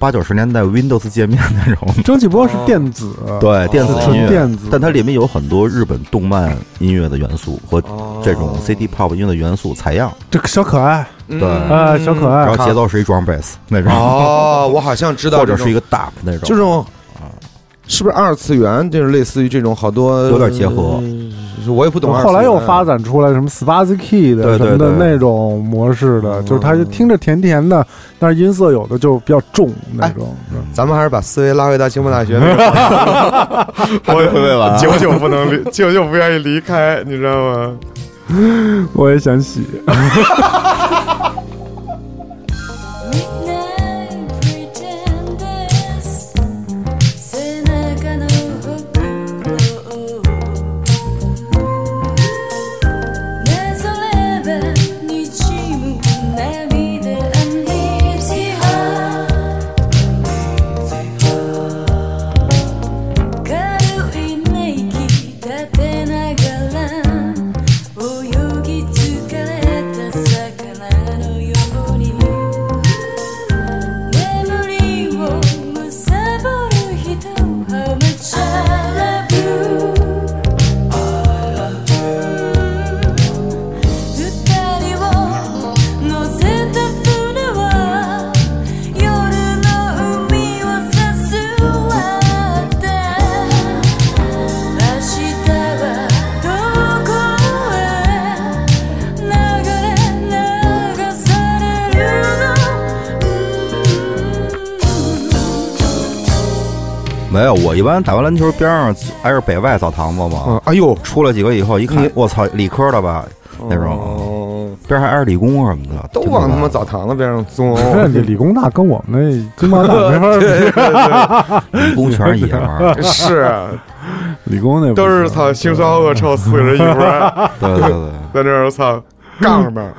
八九十年代 Windows 界面那种，蒸汽波是电子，对电子是音纯乐。电子，但它里面有很多日本动漫音乐的元素和哦这种 CD pop 音乐的元素采样，这个小可爱对啊，小可爱然，后节奏是一 drum bass 那种，哦，我好像知道或这者种，是一个 dub 那种，就这种，是不是二次元？就是类似于这种好多有点结合呃我也不懂二次后元。来又发展出来什么 s p a z i Key 的对什么的对对那种模式的，嗯就是它听着甜甜的，但是音色有的就比较重那哎 种。咱们还是把思维拉回到清华大学那个，还没回味完久久不能离，久久不愿意离开，你知道吗？我也想洗， Midnight pretenders no 背中の心なぞればにじむ涙没有，我一般打完篮球边上挨着北外澡堂子嘛，啊，哎呦，出来几个以后一看你，我操，理科的吧，那种种边上还挨着理工什么的，都挺往他妈可怕澡的堂子边上钻。，不 是你理工大跟我们那金毛大没法比，理工全是爷们儿 是，理工那不都是操腥骚恶臭四个人一屋，对对对，在那儿操杠上面。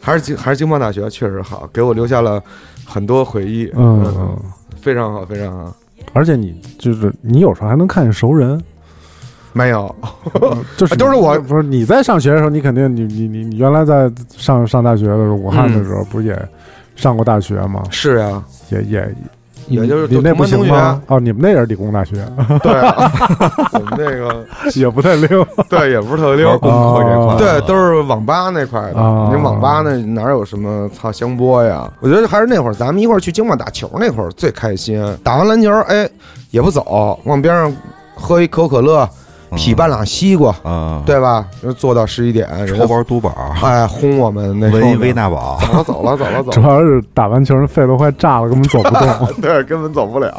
还是经还是经贸大学确实好，给我留下了很多回忆。嗯，嗯，非常好，非常好。而且你就是你有时候还能看见熟 人， 没有，就是啊都是我不是你在上学的时候，你肯定你你你你原来在上上大学的时候，武汉嗯的时候不也上过大学吗？是呀、也也也就是你都那同不班行同学啊吗？哦，你们那也是理工大学，对啊，我们那个 也不太溜。对也不是特玩溜，功课这块哦儿，对，都是网吧那块的。哦你网吧那哪有什么操香波呀？我觉得还是那会儿咱们一块儿去经贸打球那会儿最开心。打完篮球，哎，也不走，往边上喝一可口可乐，嗯劈半拉西瓜，嗯，对吧？就坐到十一点，人抽家包督宝， 哎轰我们那时候维呢维纳宝，走了走了走了走主了，要是打完球，肺都快炸了，根本走不动。对，根本走不了。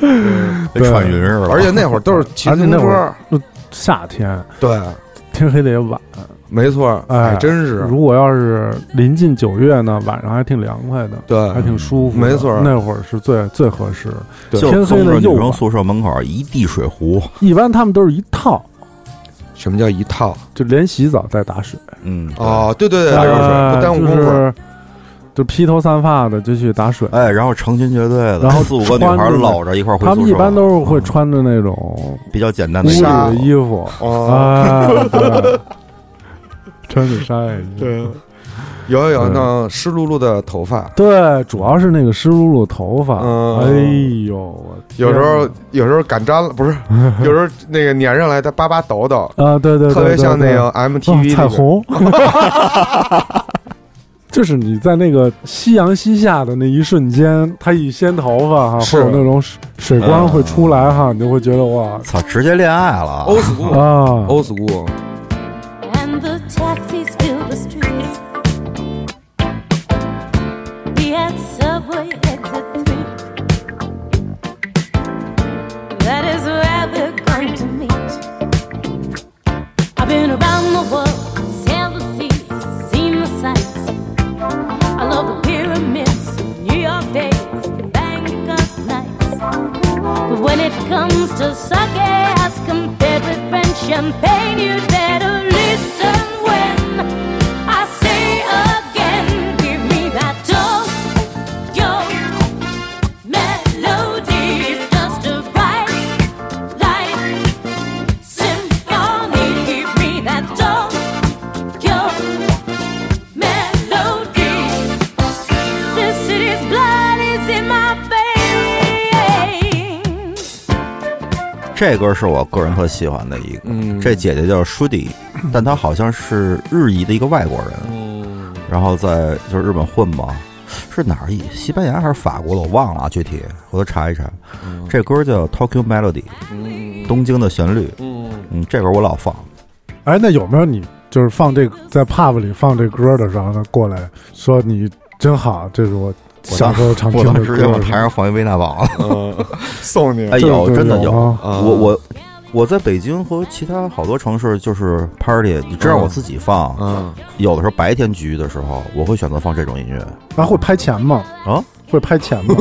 跟喘云似的，而且那会儿都是骑啊而自行且那会车儿， 夏天对，天黑的也晚，没错，哎还真是如果要是临近九月呢，晚上还挺凉快的，对，还挺舒服的。没错那会儿是最最合适的。对就天黑风了着又女生晚宿舍门口一地水壶，一般他们都是一套，什么叫一套？就连洗澡带打水，嗯，对，哦，对对对，呃不耽误就功夫。是就披头散发的就去打水。哎，然后成群结队的，然后四五个女穿孩着搂着一块儿回他宿舍，们一般都啊是会穿着那种比较简单屋的里衣服，的衣服哦，啊， 对穿着纱也一样对，有有有，那湿漉漉的头发，对，主要是那个湿漉漉头发，嗯哎呦，我天有时候哪有时候敢粘了，不是，有时候那个粘上来，它叭叭抖抖，啊，对对，对特别像那个对对 MTV 里哦彩面，虹， 就是你在那个夕阳西下的那一瞬间，它一掀头发哈，是会有那种水水光会出来哈，你就会觉得哇操，直接恋爱了， ，old school，old 啊， school， And the taxis fill the streets. We at subway exit three. That is where we're going to meet. I've been around the world, sailed the seas, seen the sights. I love the pyramids, New York days, Bangkok nights. But when it comes to sake as compared with French champagne, you better listen when I say again, give me that Tokyo melody. It's just a bright light symphony. Give me that Tokyo melody. This city's blood is in my veins. 这歌是我个人特喜欢的一个，这姐姐叫舒迪，嗯但她好像是日裔的一个外国人，然后在就是日本混吧，是哪儿裔？西班牙还是法国的？我忘了啊，具体回头查一查。这歌叫《Tokyo Melody》，东京的旋律。嗯，这歌我老放。哎，那有没有你就是放这在 pub 里放这歌的时候，他过来说你真好，这是我小时候常我听的当时就歌往，台上放一维纳宝。嗯，送你哎，这有就真的有。啊啊我我我在北京和其他好多城市就是 party，你知道我自己放，嗯，有的时候白天局的时候，我会选择放这种音乐啊，会拍钱吗？啊。会拍钱 吗？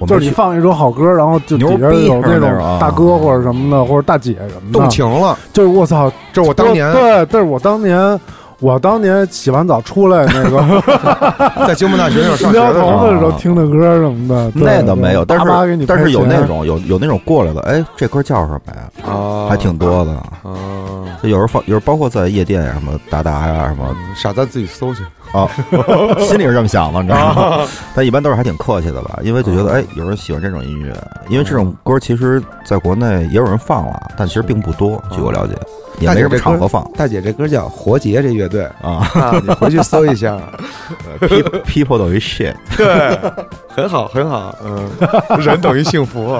我就们是你放一首好歌，然后就底牛逼下有那是那种种啊大哥或者什么的，或者大姐什么的，动情了，就是我操，这是我当年对，但是我当年。我当年洗完澡出来那 个在经贸大学那会儿上学撩的时头候，发的时候听的歌什么的，对那倒没有，对但叭叭给是你但拍是有那钱种有有那种过来的，哎，这歌叫什么呀？啊还挺多的。啊，有时候放，有时候包括在夜店呀，什么达达呀，什 么傻蛋自己搜去，啊，心里是这么想的，你知道吗？啊 但一般都是还挺客气的吧，因为就觉得哎，有人喜欢这种音乐，因为这种歌其实在国内也有人放了，但其实并不多。据啊我了解，也大没姐什么这场歌合放大姐这歌叫《活结》，这乐队啊。啊，你回去搜一下， People- People 等于 shit，对， 很好很好，嗯，人等于幸福。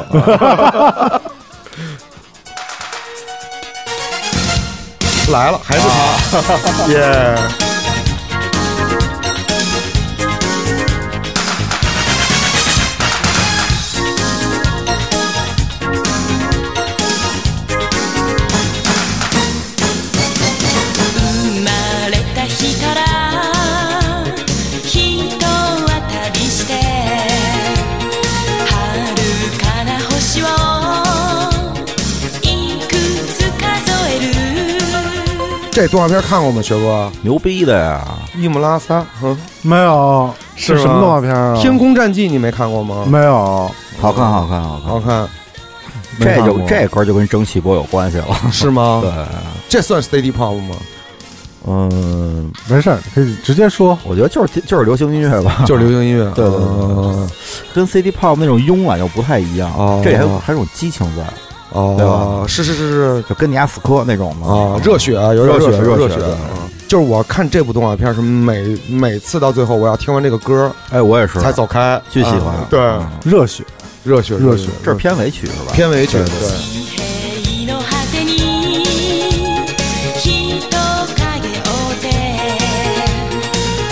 来了还是他，耶！ 「这动画片看过吗？学哥，牛逼的呀！ 《伊姆拉萨》嗯，没有，是什么吗动画片啊？ 《天空战记》你没看过吗？没有，好看，好看，好好看。看没这看就过这歌就跟蒸汽波有关系了。是吗？对，这算 City Pop 吗？ 嗯，没事儿，你可以直接说。我觉得就是就是流行音乐吧，就是流行音乐，对对对哦跟 City Pop 那种慵懒又不太一样哦，这还有还有种激情在，对哦吧，是是是是就跟你俩死磕那种嘛。啊，热血啊，有点热血血，热热血对啊就是我看这部动画片是每每次到最后，我要听完这个歌哎，我也是，才走开，巨喜欢啊。对，嗯热血，热血热血这是片尾曲是吧？片尾曲，对对对。地の果てに人影を追って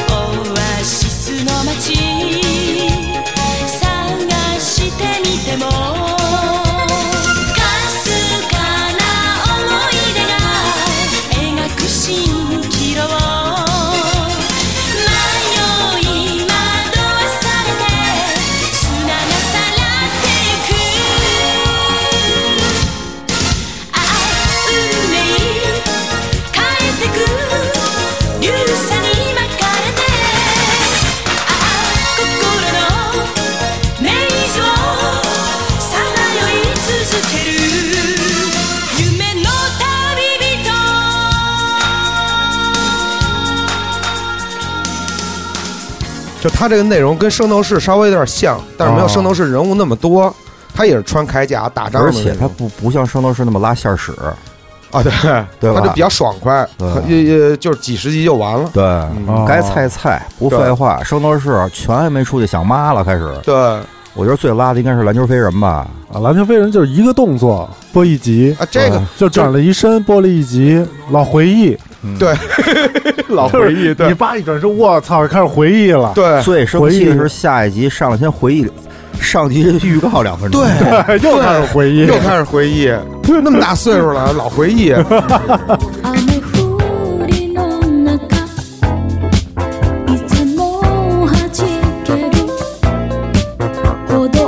オアシスの街探してみてもかすかな思い出が描く蜃気楼迷い惑わされて砂がさらってゆくああ運命変えてく流砂に巻かれてああ心のメイズをさまよい続ける夢の旅人就他这个内容跟《圣斗士》稍微有点像，但是没有哦《圣斗士》人物那么多。他也是穿铠甲打仗的那而种，且它不不像圣斗士那么拉线儿使，啊，对，对他吧就比较爽快，对很也也就是几十集就完了。对，嗯嗯哦该菜菜不废话。圣斗士全还没出去想妈了，开始。对啊，我觉得最拉的应该是篮球飞人吧，啊！篮球飞人就是一个动作播一集，啊嗯这个就转了一身播了一集，老回忆，老就是回忆，你对爸一转身，我操，开始回忆了。对最生气的是下一集上来先回忆上集预告两分钟，对， 又开始回忆，又开始回忆，那么大岁数了，老回忆，雨降りの中いつも弾ける歩道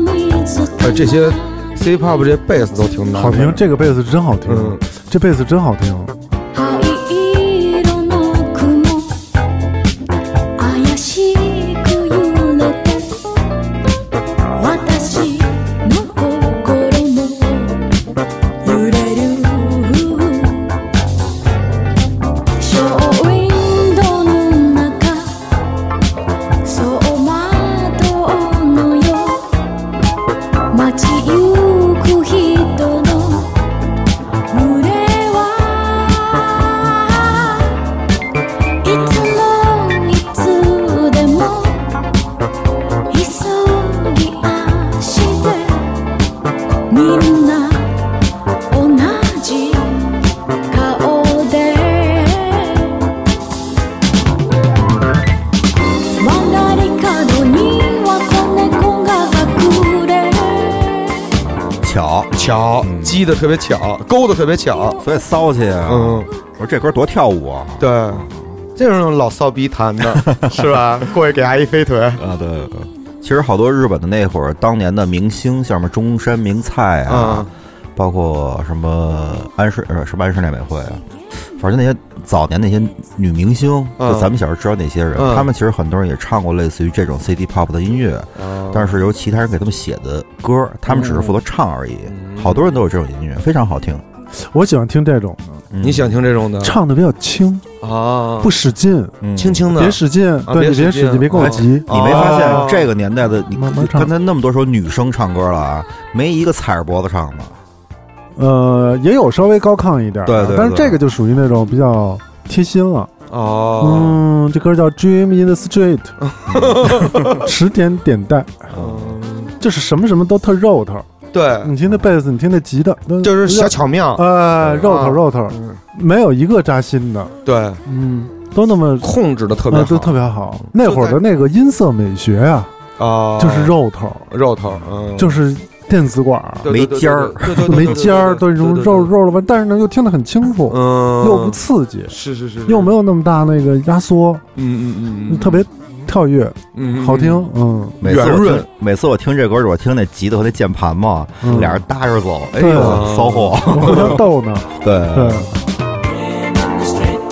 の水呃，这些 C-pop 这些贝斯都挺难的好听，这个贝斯真好听，嗯这贝斯真好听。灰色の雲怪しく揺れて私の心も揺れるショーウィンドの中走馬灯のよ街行く人の「胸はいつもいつでも」「急ぎ足でみんな同じ顔で」「曲がり角には子猫が隠れ」巧，巧，击的特别巧，勾的特别巧， 所以骚气啊！嗯，我说这歌多跳舞啊！对，这种老骚逼弹的是吧？过去给阿姨飞腿，啊，对对对。其实好多日本的那会儿，当年的明星，像什么中山明菜嗯啊，包括什么安室呃什么安室奈美惠啊，反正那些早年那些女明星，嗯就咱们小时候知道那些人，嗯他们其实很多人也唱过类似于这种 City Pop 的音乐，嗯但是由其他人给他们写的歌，他们只是负责唱而已。嗯好多人都有这种音乐，非常好听。我喜欢听这种的，嗯你喜欢听这种的唱的比较轻，啊？不使劲，嗯轻轻的，别使劲，对别你别使劲使劲，别跟我哎急。你没发哦现这个年代的你慢慢唱刚才那么多首女生唱歌了啊，没一个踩着脖子唱的。呃，也有稍微高亢一点儿的，对对对但是这个就属于那种比较贴心了。哦。嗯，这歌叫《Dream in the Street》，十 点点带，哦就是什么什么都特肉头。对，你听那贝斯，你听那吉他，都就是小巧妙，呃肉头啊肉头，没有一个扎心的，对，嗯，都那么控制的特别呃好，都特别好。那会儿的那个音色美学啊，啊，就是肉头，肉头，嗯，就是电子管儿，对对对没尖儿对对对对对没尖儿，对对对那种对肉对肉了吧，但是呢又听得很清楚，嗯，又不刺激，是是是，是又没，有那么大那个压缩，嗯嗯嗯嗯，特别跳跃，嗯好听，，嗯每次我圆听润。每次我听这歌儿，我听那吉他和那键盘嘛，嗯俩人搭着走，哎对呦啊， 骚货。我互相逗呢，对，对， 「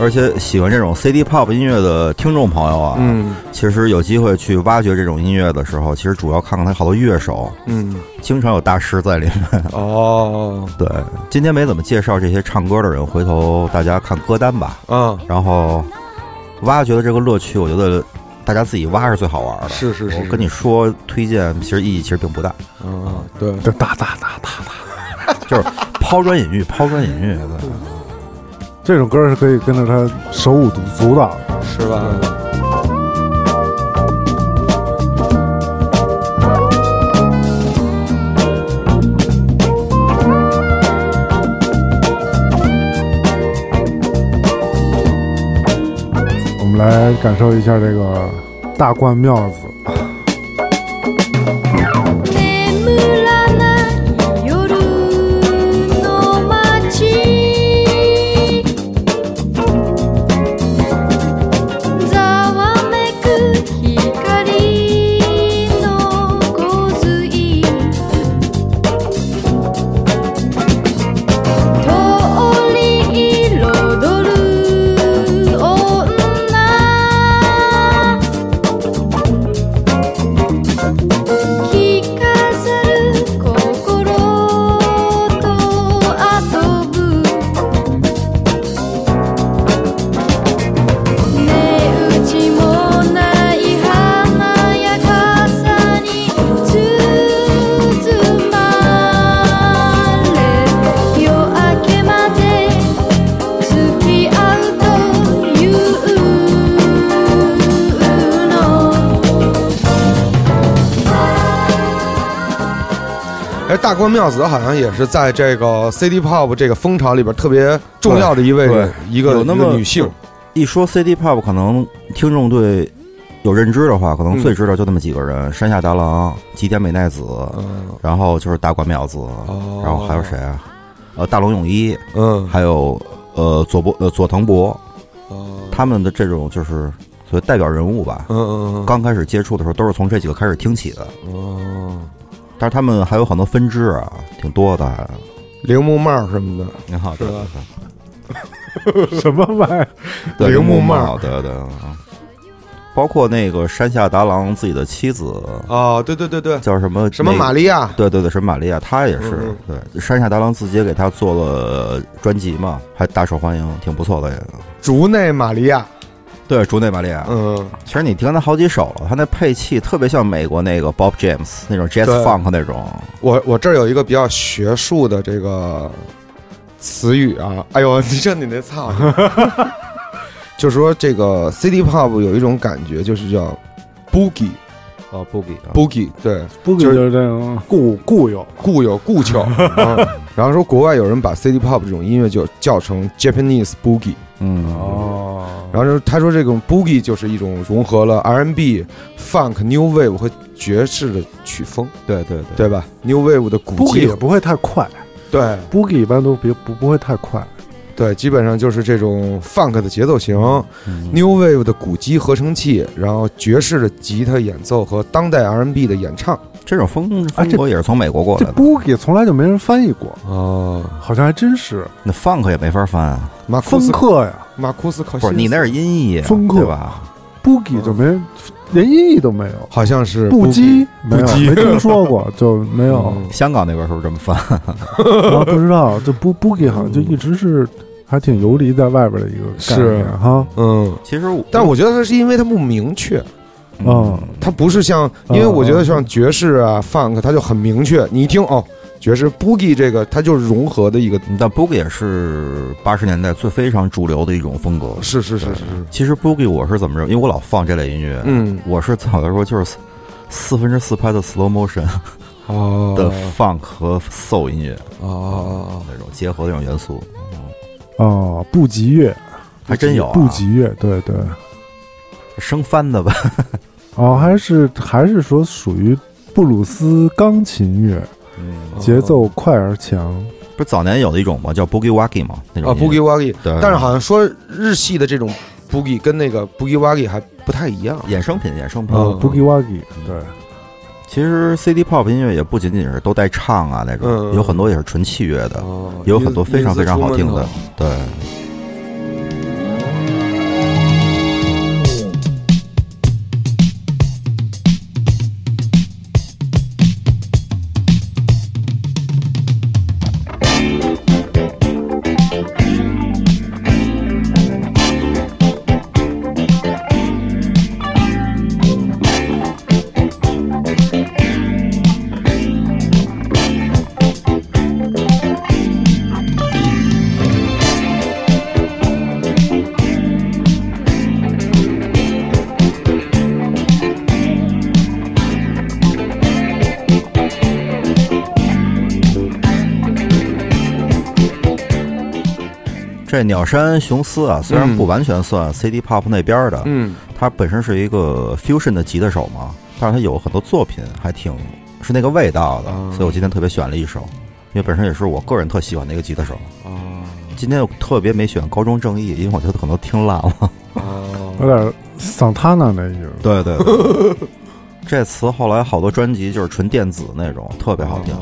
而且喜欢这种 CD pop 音乐的听众朋友啊，嗯其实有机会去挖掘这种音乐的时候，其实主要看看他好多乐手，嗯，经常有大师在里面。 哦，对，今天没怎么介绍这些唱歌的人，回头大家看歌单啊吧。嗯，然后挖掘的这个乐趣，我觉得大家自己挖是最好玩的。是是是，我跟你啊说，推荐其实意义其实并不大，啊嗯，对，就打打打打，就是抛砖引玉，抛砖引 玉。对这种歌是可以跟着他手舞足蹈的。是吧？我们来感受一下这个大冠庙子， 「眠らない夜の街」「ざわめく光の洪水」「通り彩る女」着飾る心と遊ぶ値打ちもない華やかさに包まれ夜明けまで付き合うというの哎，大关妙子好像也是在这个 CD pop 这个风潮里边特别重要的一位对人一个有那一个么女性，一说 CD pop，可能听众对有认知的话，可嗯能最知道就那么几个人：山下达郎、吉田美奈子，嗯，然后就是大关妙子，哦然后还有谁啊？呃，大龙泳衣，嗯，还有呃佐伯呃佐藤博，嗯哦他们的这种就是所谓代表人物吧。嗯嗯，嗯刚开始接触的时候，都是从这几个开始听起的，哦，但是他们还有很多分支啊，挺多的还。铃木帽什么的，你好，是吧什么玩意儿？对，铃木木帽，对对，嗯包括那个山下达郎自己的妻子哦，对对对对，叫什么什么啊那玛利亚，对对对，是玛利亚，她啊也是嗯对山下达郎自己也给她做了专辑嘛，还大受欢迎，挺不错的也。竹内玛利亚，对，竹内玛利亚，嗯，其实你听她好几首了，她那配器特别像美国那个 Bob James 那种 Jazz 对 Funk 那种，我我这儿有一个比较学术的这个词语啊，哎呦， 你这你那操，就是说这个 CD pop 有一种感觉，就是叫 boogie 哦，不比 boogie，对，不就是就是这种固固有固有固 求。嗯然后说国外有人把 CD pop 这种音乐就叫成 Japanese boogie，嗯，哦，然后就是他说这种 boogie 就是一种融合了 R&B、funk、new wave 和爵士的曲风，对对对，对吧？new wave 的古不给迹也，不会太快，对不给一般都别不不会太快。对，基本上就是这种 funk 的节奏型、嗯 new wave 的鼓机合成器，然后爵士的吉他演奏和当代 R&B 的演唱。这种风啊风这格也是从美国过这来的，不给从来就没人翻译过，哦，好像还真是那 Funk 也没法翻啊，马库风斯克呀，马库斯考辛不斯，是你那是音译，啊风格对吧？不给就没人连音译都没有，好像是不羁没有不羁没听说 过就没有，嗯香港那边是不是这么翻？我不知道，就不不给好像就一直是还挺游离在外边的一个概念是哈，嗯， 其实我，但我觉得它是因为它不明确，嗯，它不是像，因为我觉得像爵士啊、funk，它就很明确，你一听哦，爵士 boogie 这个，它就是融合的一个，但 Boogie 也是八十年代最非常主流的一种风格。是是是是是，其实 Boogie 我是怎么着？因为我老放这类音乐，嗯，我是好像说就是四四分之四拍的 slow motion 哦的 funk 和 soul 音乐哦，那种结合那种元素，哦，不及乐还真有啊不及乐，对对，生翻的吧？哦，还是还是说属于布鲁斯钢琴乐，嗯，哦节奏快而强，不是早年有的一种嘛，叫 Boogie Woogie 嘛那种啊音乐 boogie woogie，对，但是好像说日系的这种 boogie 跟那个 boogie woogie 还不太一样，衍生品衍生品。啊嗯 b o o g i e Woogie，对，其实 CD pop 音乐也不仅仅是都带唱啊那种，嗯嗯有很多也是嗯纯器乐的，哦也有很多非常非常好听的。对， 「这鸟山雄司啊，虽然不完全算 CD pop 那边儿的，嗯他本身是一个 fusion 的吉他手嘛，但是他有很多作品还挺是那个味道的，嗯所以我今天特别选了一首，因为本身也是我个人特喜欢的一个吉他手。哦今天我特别没选高中正义，因为我觉得可能听烂了。有哦，点桑塔纳那意思。 对对对， 这词后来好多专辑就是纯电子那种，特别好听。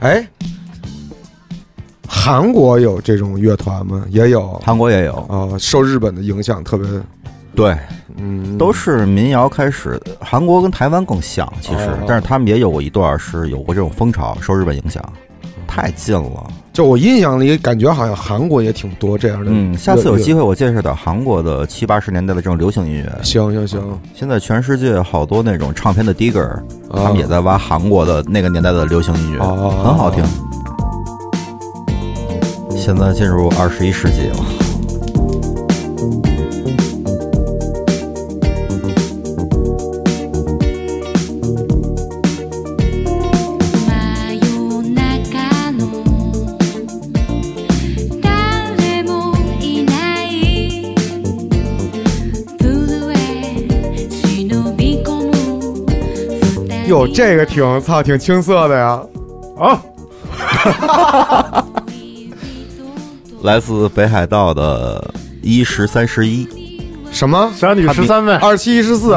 哎，韩国有这种乐团吗？也有啊、韩国也有，受日本的影响特别，对，嗯，都是民谣开始的。韩国跟台湾更像，其实，哦但是他们也有过一段是有过这种风潮，受日本影响，嗯太近了。就我印象里，感觉好像韩国也挺多这样的乐。嗯，下次有机会，会我介绍点韩国的七八十年代的这种流行音乐。行行行，现在全世界好多那种唱片的 digger，啊他们也在挖韩国的那个年代的流行音乐，哦很好听。现在进入二十一世纪了，真夜中の誰もいない震え忍び込む哟，这个挺操，挺青涩的呀。啊，来自北海道的一十三十一，什么？侠女十三位，二七一十四？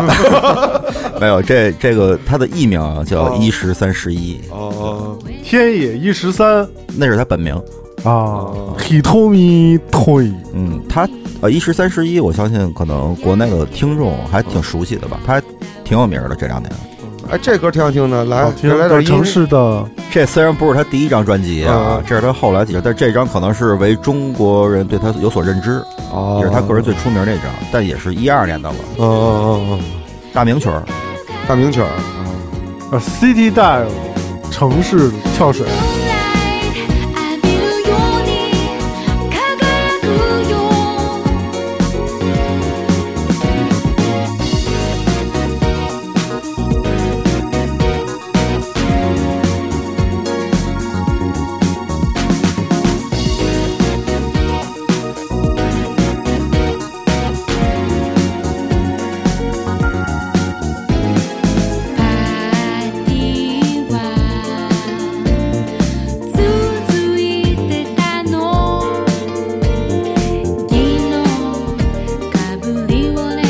没有这这个他的艺名啊叫哦一十三十一，哦，天野一十三那是他本名。啊，Hitomi Toy，嗯，他呃一十三十一，我相信可能国内的听众还挺熟悉的吧，他还挺有名的这两年。哎，这歌挺好听的，来好，听再哎来的点城音。市的这虽然不是他第一张专辑啊嗯，这是他后来几张，但这张可能是为中国人对他有所认知，哦也是他个人最出名那张，但也是一二年的了，嗯嗯嗯大名曲儿。嗯，大名曲儿。呃 City Dive 城市跳水，浴びるように輝くよパーティーは続いてたの昨日かぶりをね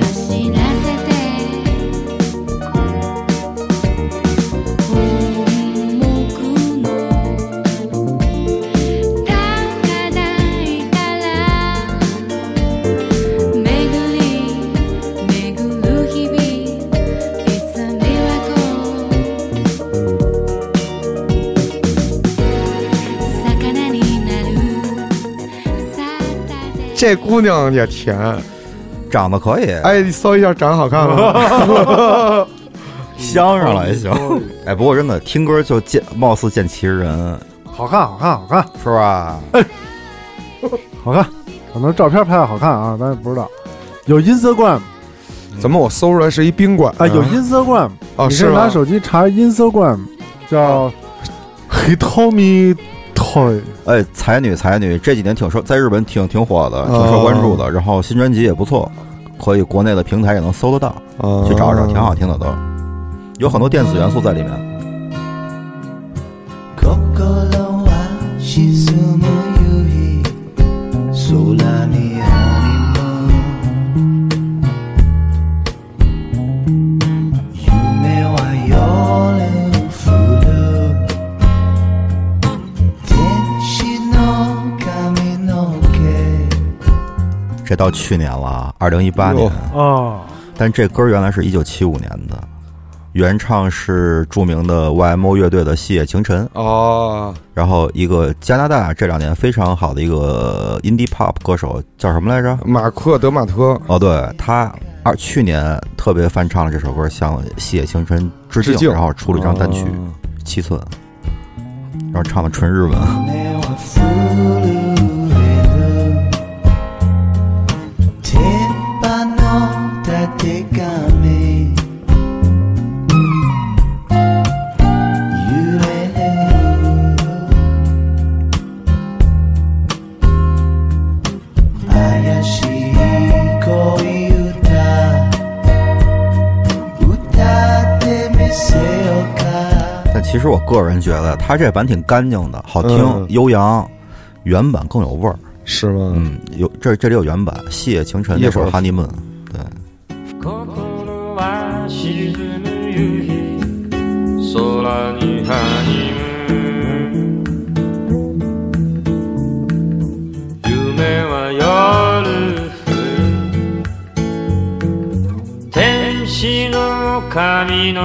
走らせて本目の高台から巡り巡る日々 It's a miracle 魚になるサタデー这姑娘也甜，长得可以，哎，你搜一下长得好看吗？镶上了也行。哎，不过真的听歌就见，貌似见其人，好看，好看，好看，是吧？好看。可能照片拍的好看啊，咱也不知道。有 Instagram 怎么我搜出来是一宾馆啊，有 Instagram，哦，你是可以拿吗？啊手机查 Instagram，叫 Hitomi Toy。哎，才女才女，这几年挺受，在日本挺挺火的，挺受关注的。然后新专辑也不错，可以国内的平台也能搜得到，哦去找找，挺好听的都，有很多电子元素在里面。心这到去年了，二零一八年哟，啊，但这歌原来是一九七五年的，原唱是著名的 YMO 乐队的细野晴臣，哦，然后一个加拿大这两年非常好的一个 indie pop 歌手叫什么来着？马克·德马特哦，对他二去年特别翻唱了这首歌，向细野晴臣致敬，致敬然后出了一张单曲《哦七寸》，然后唱的纯日文。 Now I fully love. 鉄板のたてがめ揺れる怪しい恋歌歌ってみせようか但其实我个人觉得他这版挺干净的，好听、嗯悠扬，原版更有味儿。是吗？嗯，有这这里有原版，细野晴臣那首一《会儿 Honeymoon》，对，心は沈む夕日空にハニム夢は夜降る天使の髪の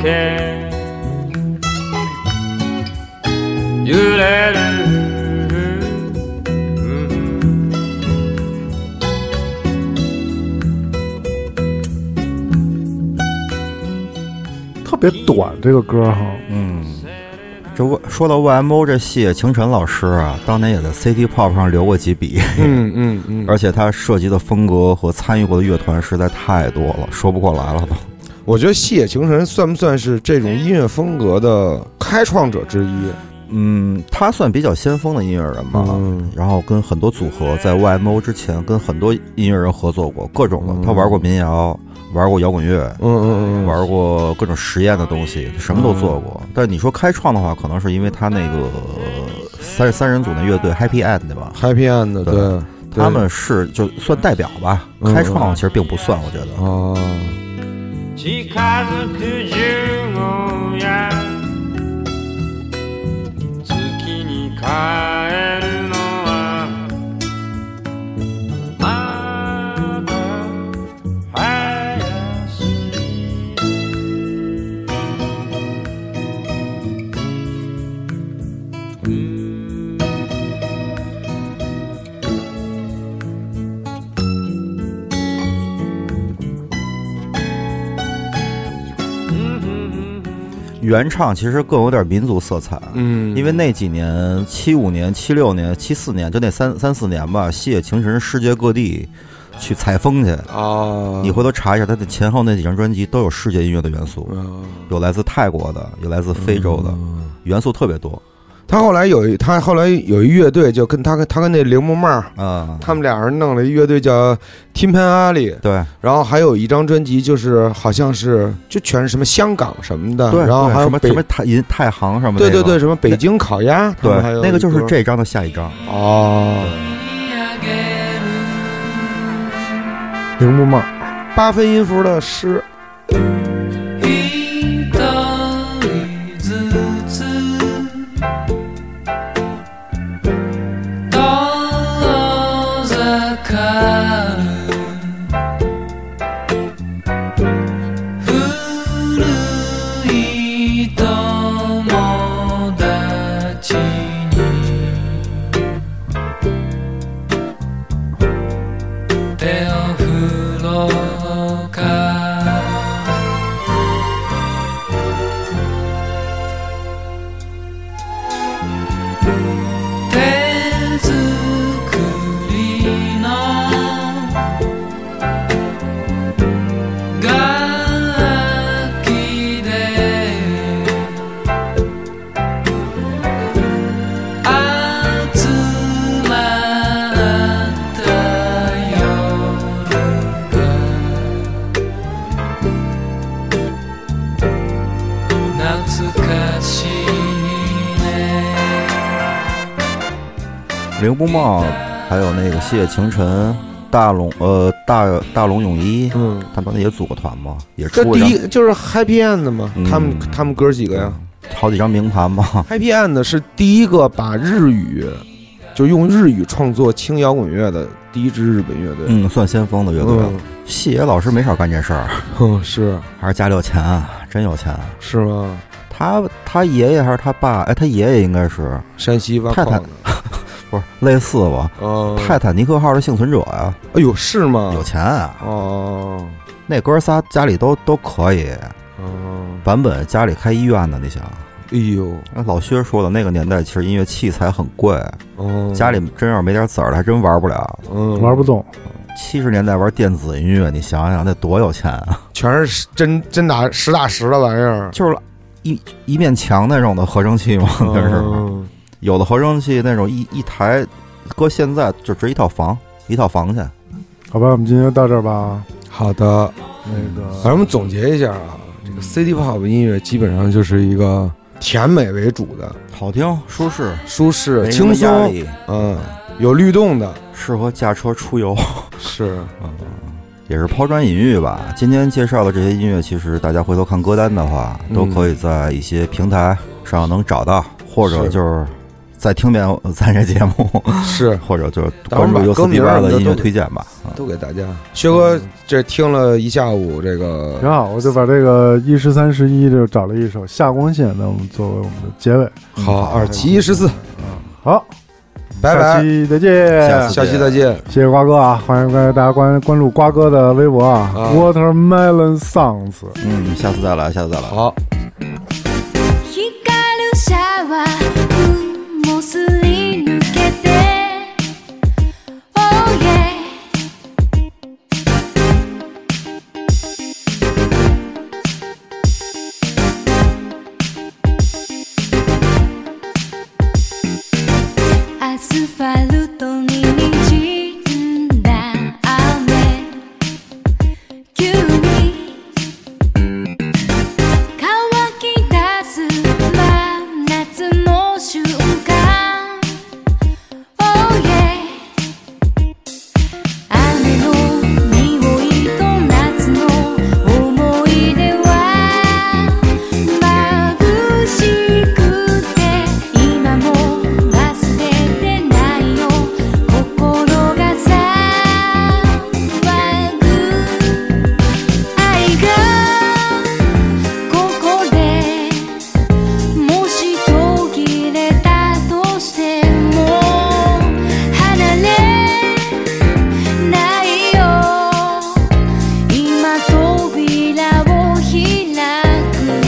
毛揺れる、うん特别短这个歌哈，嗯。这我说到 YMO 这细野晴臣老师啊，当年也在 City Pop 上留过几笔，嗯嗯嗯， 而且他涉及的风格和参与过的乐团实在太多了，说不过来了都。我觉得细野晴臣算不算是这种音乐风格的开创者之一？嗯，他算比较先锋的音乐人吧，嗯然后跟很多组合在 YMO 之前跟很多音乐人合作过，各种的，他玩过民谣，玩过摇滚乐，嗯嗯嗯，玩过各种实验的东西，什么都做过。嗯但你说开创的话，可能是因为他那个三十三人组那乐队 Happy End 对吧？ Happy End，对对，他们是就算代表吧，嗯开创其实并不算，我觉得。哦，近づく十号や月に帰るのはまだ早すぎる原唱其实更有点民族色彩，嗯因为那几年，七五年、七六年、七四年，就那三三四年吧，细野晴臣世界各地去采风去。啊，你回头查一下，他的前后那几张专辑都有世界音乐的元啊素，有来自泰国的，有来自非洲的，嗯元素特别多他后来有一他后来有一乐队，就跟他跟他跟那铃木茂，啊。他们俩人弄了一乐队叫 t i m p a n Alley，对，然后还有一张专辑就是好像是就全是什么香港什么的，对，然后对还有什么北什么太银太行什么那对个，对对什么北京烤鸭，他们还对，有那个就是一这张的下一张。哦，铃木帽，八分音符的诗，一人ずつ遠ざかる古い友達に手を振ろうか手作りの楽器で集まった夜が懐かしいね铃木茂，还有那个细野晴臣、大龙呃大大龙泳衣，嗯，他们也组过团嘛，也这出过第张一就是 Happy End 嘛，嗯他们他们哥几个呀好几张名盘嘛。 ，Happy End 是第一个把日语就用日语创作轻摇滚乐的第一支日本乐队。嗯，算先锋的乐队了。细野老师没少干这事儿，嗯，是还是家里有钱啊，真有钱啊。是吗？他他爷爷还是他爸？哎，他爷爷应该是山西挖太太矿的，不是类似吧？嗯，泰坦尼克号的幸存者呀、哎呦，是吗？有钱啊！哦那哥仨家里都都可以。哦，版本家里开医院的，你想？哎呦，那老薛说了，那个年代其实音乐器材很贵，哦，家里真要是没点子儿，还真玩不了。嗯玩不动。七十年代玩电子音乐，你想想那多有钱啊！全是真真打实打实的玩意儿，就是 一一面墙那种的合成器嘛， 那是嗯有的合成器那种一一台，搁现在就值一套房，一套房去。好吧，我们今天就到这儿吧。好的，那个反正我们总结一下啊，这个嗯 City Pop 音乐基本上就是一个甜美为主的，好听、舒适、舒适、没什么轻压松，力，嗯，有律动的，适合驾车出游。是，也是抛砖引玉吧。今天介绍的这些音乐，其实大家回头看歌单的话，都可以在一些平台上能找到，或者是嗯就是再听遍咱这节目，是或者就是到时候关把注 U 歌四 D 名儿八我们的就音乐都推荐吧。啊都给大家。薛哥嗯这听了一下午这挺个，好，我就把这个一十三十一就找了一首《下光线》，那我们作为我们的结尾。好，二七一十四，好，拜下拜，期再见，下期下期再见。谢谢瓜哥啊！欢迎大家关关注瓜哥的微博啊啊，Watermelon Songs。嗯，下次再来，下次再来。好，光るシャワー雲もすり抜けて Oh yeah アスファルトに滲んだ雨急に乾き出す真夏の瞬間 Oh yeah 雨の匂いと夏の思い出は眩しくて今も忘れてないよ心が騒ぐ愛がここでもし途切れたとしても離れないよ今扉を開く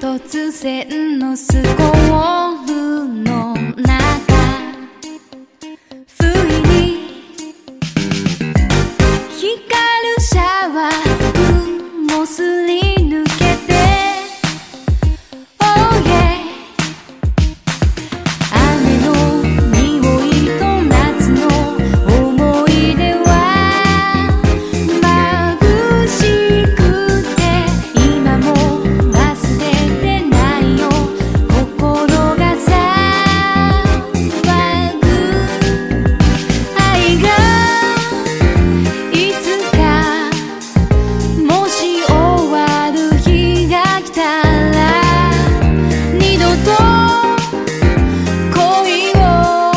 突然のスコールの中不意に光るシャワー雲をすり抜けて Oh yeah 雨の匂いと夏の思い出は眩しくて今も忘れてないよ心が騒ぐ愛がいつかもし終わる日が来たら二度と恋を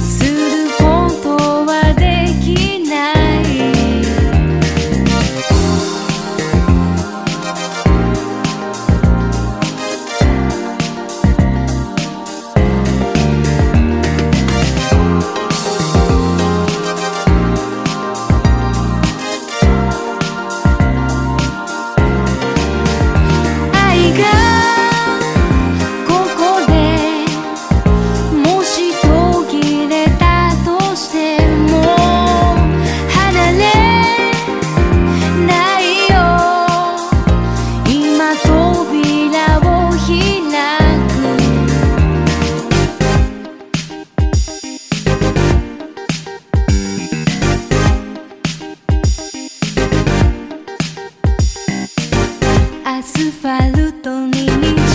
することはできない愛がここでもし途切れたとしても離れないよ今扉を開く「アスファルトに虹